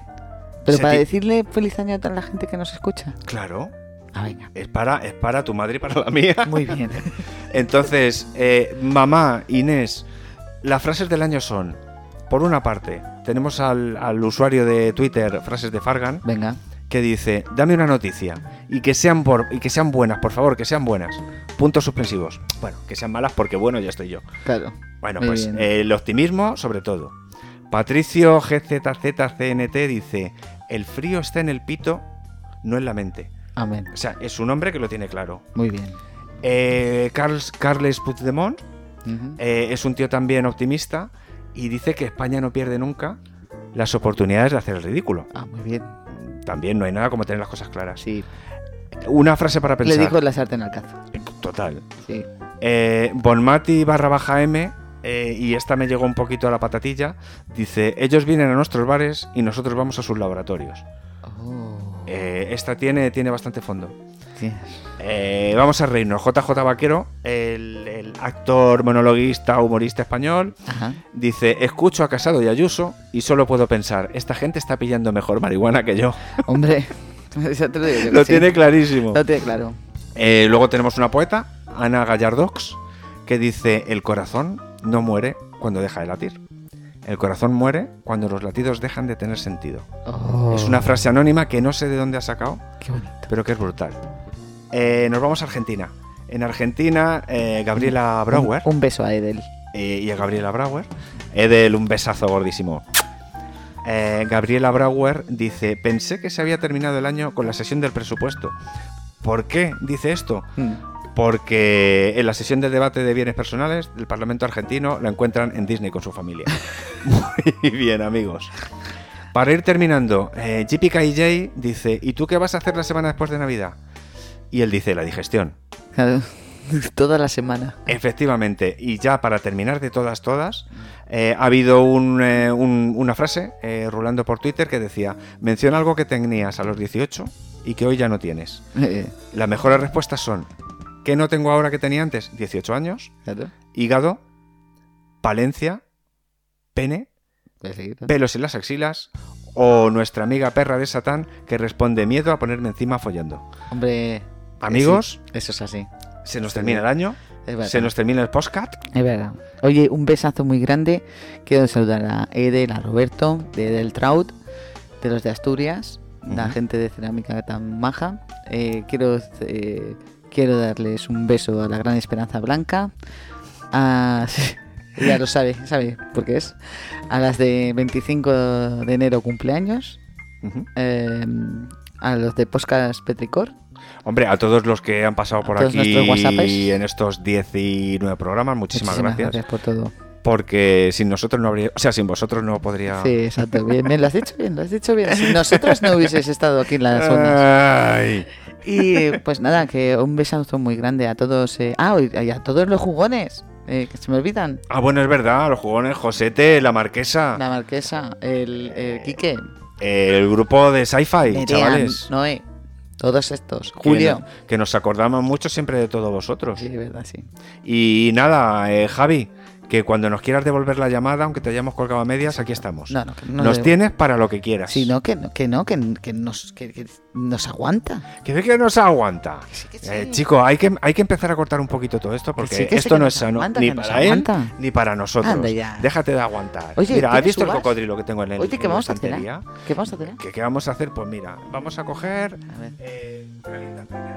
Speaker 2: Pero
Speaker 1: se
Speaker 2: para
Speaker 1: ti-
Speaker 2: decirle feliz año a toda la gente que nos escucha.
Speaker 1: Claro.
Speaker 2: Ah, venga.
Speaker 1: Es para, es para tu madre y para la mía.
Speaker 2: Muy bien.
Speaker 1: Entonces, eh, mamá, Inés, las frases del año son, por una parte, tenemos al, al usuario de Twitter, frases de Fargan,
Speaker 2: Venga.
Speaker 1: que dice, dame una noticia y que sean por, y que sean buenas, por favor, que sean buenas. Puntos suspensivos. Bueno, que sean malas porque bueno, ya estoy yo.
Speaker 2: Claro.
Speaker 1: Bueno,
Speaker 2: Muy
Speaker 1: pues
Speaker 2: bien.
Speaker 1: eh, el optimismo sobre todo. Patricio GZZCNT dice, el frío está en el pito, no en la mente.
Speaker 2: Amén.
Speaker 1: O sea, es un hombre que lo tiene claro.
Speaker 2: Muy bien.
Speaker 1: Eh, Carles, Carles Puigdemont
Speaker 2: Ujú.
Speaker 1: eh, es un tío también optimista y dice que España no pierde nunca las oportunidades de hacer el ridículo.
Speaker 2: Ah, muy bien.
Speaker 1: También no hay nada como tener las cosas claras. Una frase para pensar.
Speaker 2: Le dijo la sartén al cazo.
Speaker 1: Total.
Speaker 2: Sí.
Speaker 1: Eh, Bonmati barra baja M, eh, y esta me llegó un poquito a la patatilla, dice, ellos vienen a nuestros bares y nosotros vamos a sus laboratorios.
Speaker 2: Oh.
Speaker 1: Eh, esta tiene, tiene bastante fondo. Eh, vamos a reírnos. JJ Vaquero, el, el actor, monologuista, humorista español,
Speaker 2: Ajá.
Speaker 1: dice, escucho a Casado y Ayuso y solo puedo pensar, esta gente está pillando mejor marihuana que yo.
Speaker 2: Hombre, ya te lo digo yo que
Speaker 1: Lo
Speaker 2: sí.
Speaker 1: tiene clarísimo.
Speaker 2: Lo tiene claro.
Speaker 1: Eh, luego tenemos una poeta, Ana Gallardox, que dice, el corazón no muere cuando deja de latir. El corazón muere cuando los latidos dejan de tener sentido.
Speaker 2: Oh.
Speaker 1: Es una frase anónima que no sé de dónde ha sacado,
Speaker 2: Qué bonito.
Speaker 1: pero que es brutal. Eh, nos vamos a Argentina. En Argentina, eh, Gabriela Brauer.
Speaker 2: Un, un beso a Edel.
Speaker 1: eh, y a Gabriela Brauer. Edel, un besazo gordísimo. Eh, Gabriela Brauer dice, pensé que se había terminado el año con la sesión del presupuesto. ¿Por qué dice esto?
Speaker 2: Mm.
Speaker 1: Porque en la sesión de debate de bienes personales del Parlamento argentino la encuentran en Disney con su familia. Muy bien, amigos. Para ir terminando, eh, JPKJ dice, ¿y tú qué vas a hacer la semana después de Navidad? Y él dice, la digestión.
Speaker 2: Claro. Toda la semana.
Speaker 1: Efectivamente, y ya para terminar de todas, todas, eh, ha habido un, eh, un- una frase eh, rulando por Twitter que decía, menciona algo que tenías a los 18 y que hoy ya no tienes.
Speaker 2: Eh,
Speaker 1: Las mejores respuestas son, ¿qué no tengo ahora que tenía antes? 18 años,
Speaker 2: claro.
Speaker 1: hígado, palencia, pene,
Speaker 2: Pues sí, claro.
Speaker 1: pelos en las axilas o nuestra amiga perra de Satán que responde miedo a ponerme encima follando.
Speaker 2: Hombre. eh,
Speaker 1: Amigos,
Speaker 2: sí, eso es así.
Speaker 1: se nos termina el año,
Speaker 2: Es verdad.
Speaker 1: se nos termina el postcat.
Speaker 2: Es verdad. Oye, un besazo muy grande. Quiero saludar a Edel, a Roberto, de Edel Traut, de los de Asturias, la
Speaker 1: Ujú.
Speaker 2: gente de Cerámica tan maja. Eh, quiero, eh, quiero darles un beso a la gran Esperanza Blanca. A, ya lo sabe, sabe por qué es. A las de 25 de enero cumpleaños.
Speaker 1: Ujú.
Speaker 2: Eh, a los de Podcast Petricor.
Speaker 1: Hombre, a todos los que han pasado por
Speaker 2: todos
Speaker 1: aquí
Speaker 2: nuestros WhatsAppers.
Speaker 1: en estos 19 programas, muchísimas, gracias.
Speaker 2: por todo.
Speaker 1: Porque sin nosotros no habría, o sea, sin vosotros no podría.
Speaker 2: Sí, exacto. Bien, bien, lo has dicho bien, lo has dicho bien. Si nosotros no hubieses estado aquí
Speaker 1: Ah.
Speaker 2: en las ondas.
Speaker 1: Ay.
Speaker 2: Y eh, pues nada, que un besazo muy grande a todos. eh, Ah, y y a todos los jugones, eh, que se me olvidan.
Speaker 1: Ah, bueno, es verdad, los jugones, Josete, la Marquesa,
Speaker 2: La marquesa, el,
Speaker 1: Eh,
Speaker 2: el Quique,
Speaker 1: el grupo de Sci-Fi,
Speaker 2: Nerea,
Speaker 1: chavales.
Speaker 2: Noé, todos estos.
Speaker 1: que
Speaker 2: Julio.
Speaker 1: no- Que, nos acordamos mucho siempre de todos vosotros.
Speaker 2: Sí, verdad, sí.
Speaker 1: Y nada, eh, Javi, que cuando nos quieras devolver la llamada, aunque te hayamos colgado a medias, aquí estamos.
Speaker 2: No, no, que no
Speaker 1: Pues nos
Speaker 2: debo-
Speaker 1: tienes para lo que quieras.
Speaker 2: Sí, no, que no, que, no, que, que nos, que- que nos aguanta.
Speaker 1: Que ve que nos aguanta.
Speaker 2: sí.
Speaker 1: Eh, chico, hay que, hay que empezar a cortar un poquito todo esto porque
Speaker 2: sí, que sí,
Speaker 1: esto
Speaker 2: que
Speaker 1: no
Speaker 2: nos
Speaker 1: es sano
Speaker 2: aguanta,
Speaker 1: ni
Speaker 2: que nos
Speaker 1: para él
Speaker 2: aguanta.
Speaker 1: ni para nosotros.
Speaker 2: Anda ya.
Speaker 1: Déjate de aguantar.
Speaker 2: Oye,
Speaker 1: mira, ¿has
Speaker 2: ¿tienes
Speaker 1: visto el
Speaker 2: uvas?
Speaker 1: cocodrilo que tengo en el
Speaker 2: Oye, ¿qué
Speaker 1: en la
Speaker 2: vamos a hacer? eh?
Speaker 1: estantería?
Speaker 2: ¿Qué vamos a hacer?
Speaker 1: ¿Qué, qué vamos a hacer? Pues mira, vamos a coger
Speaker 2: A ver.
Speaker 1: eh, realidad.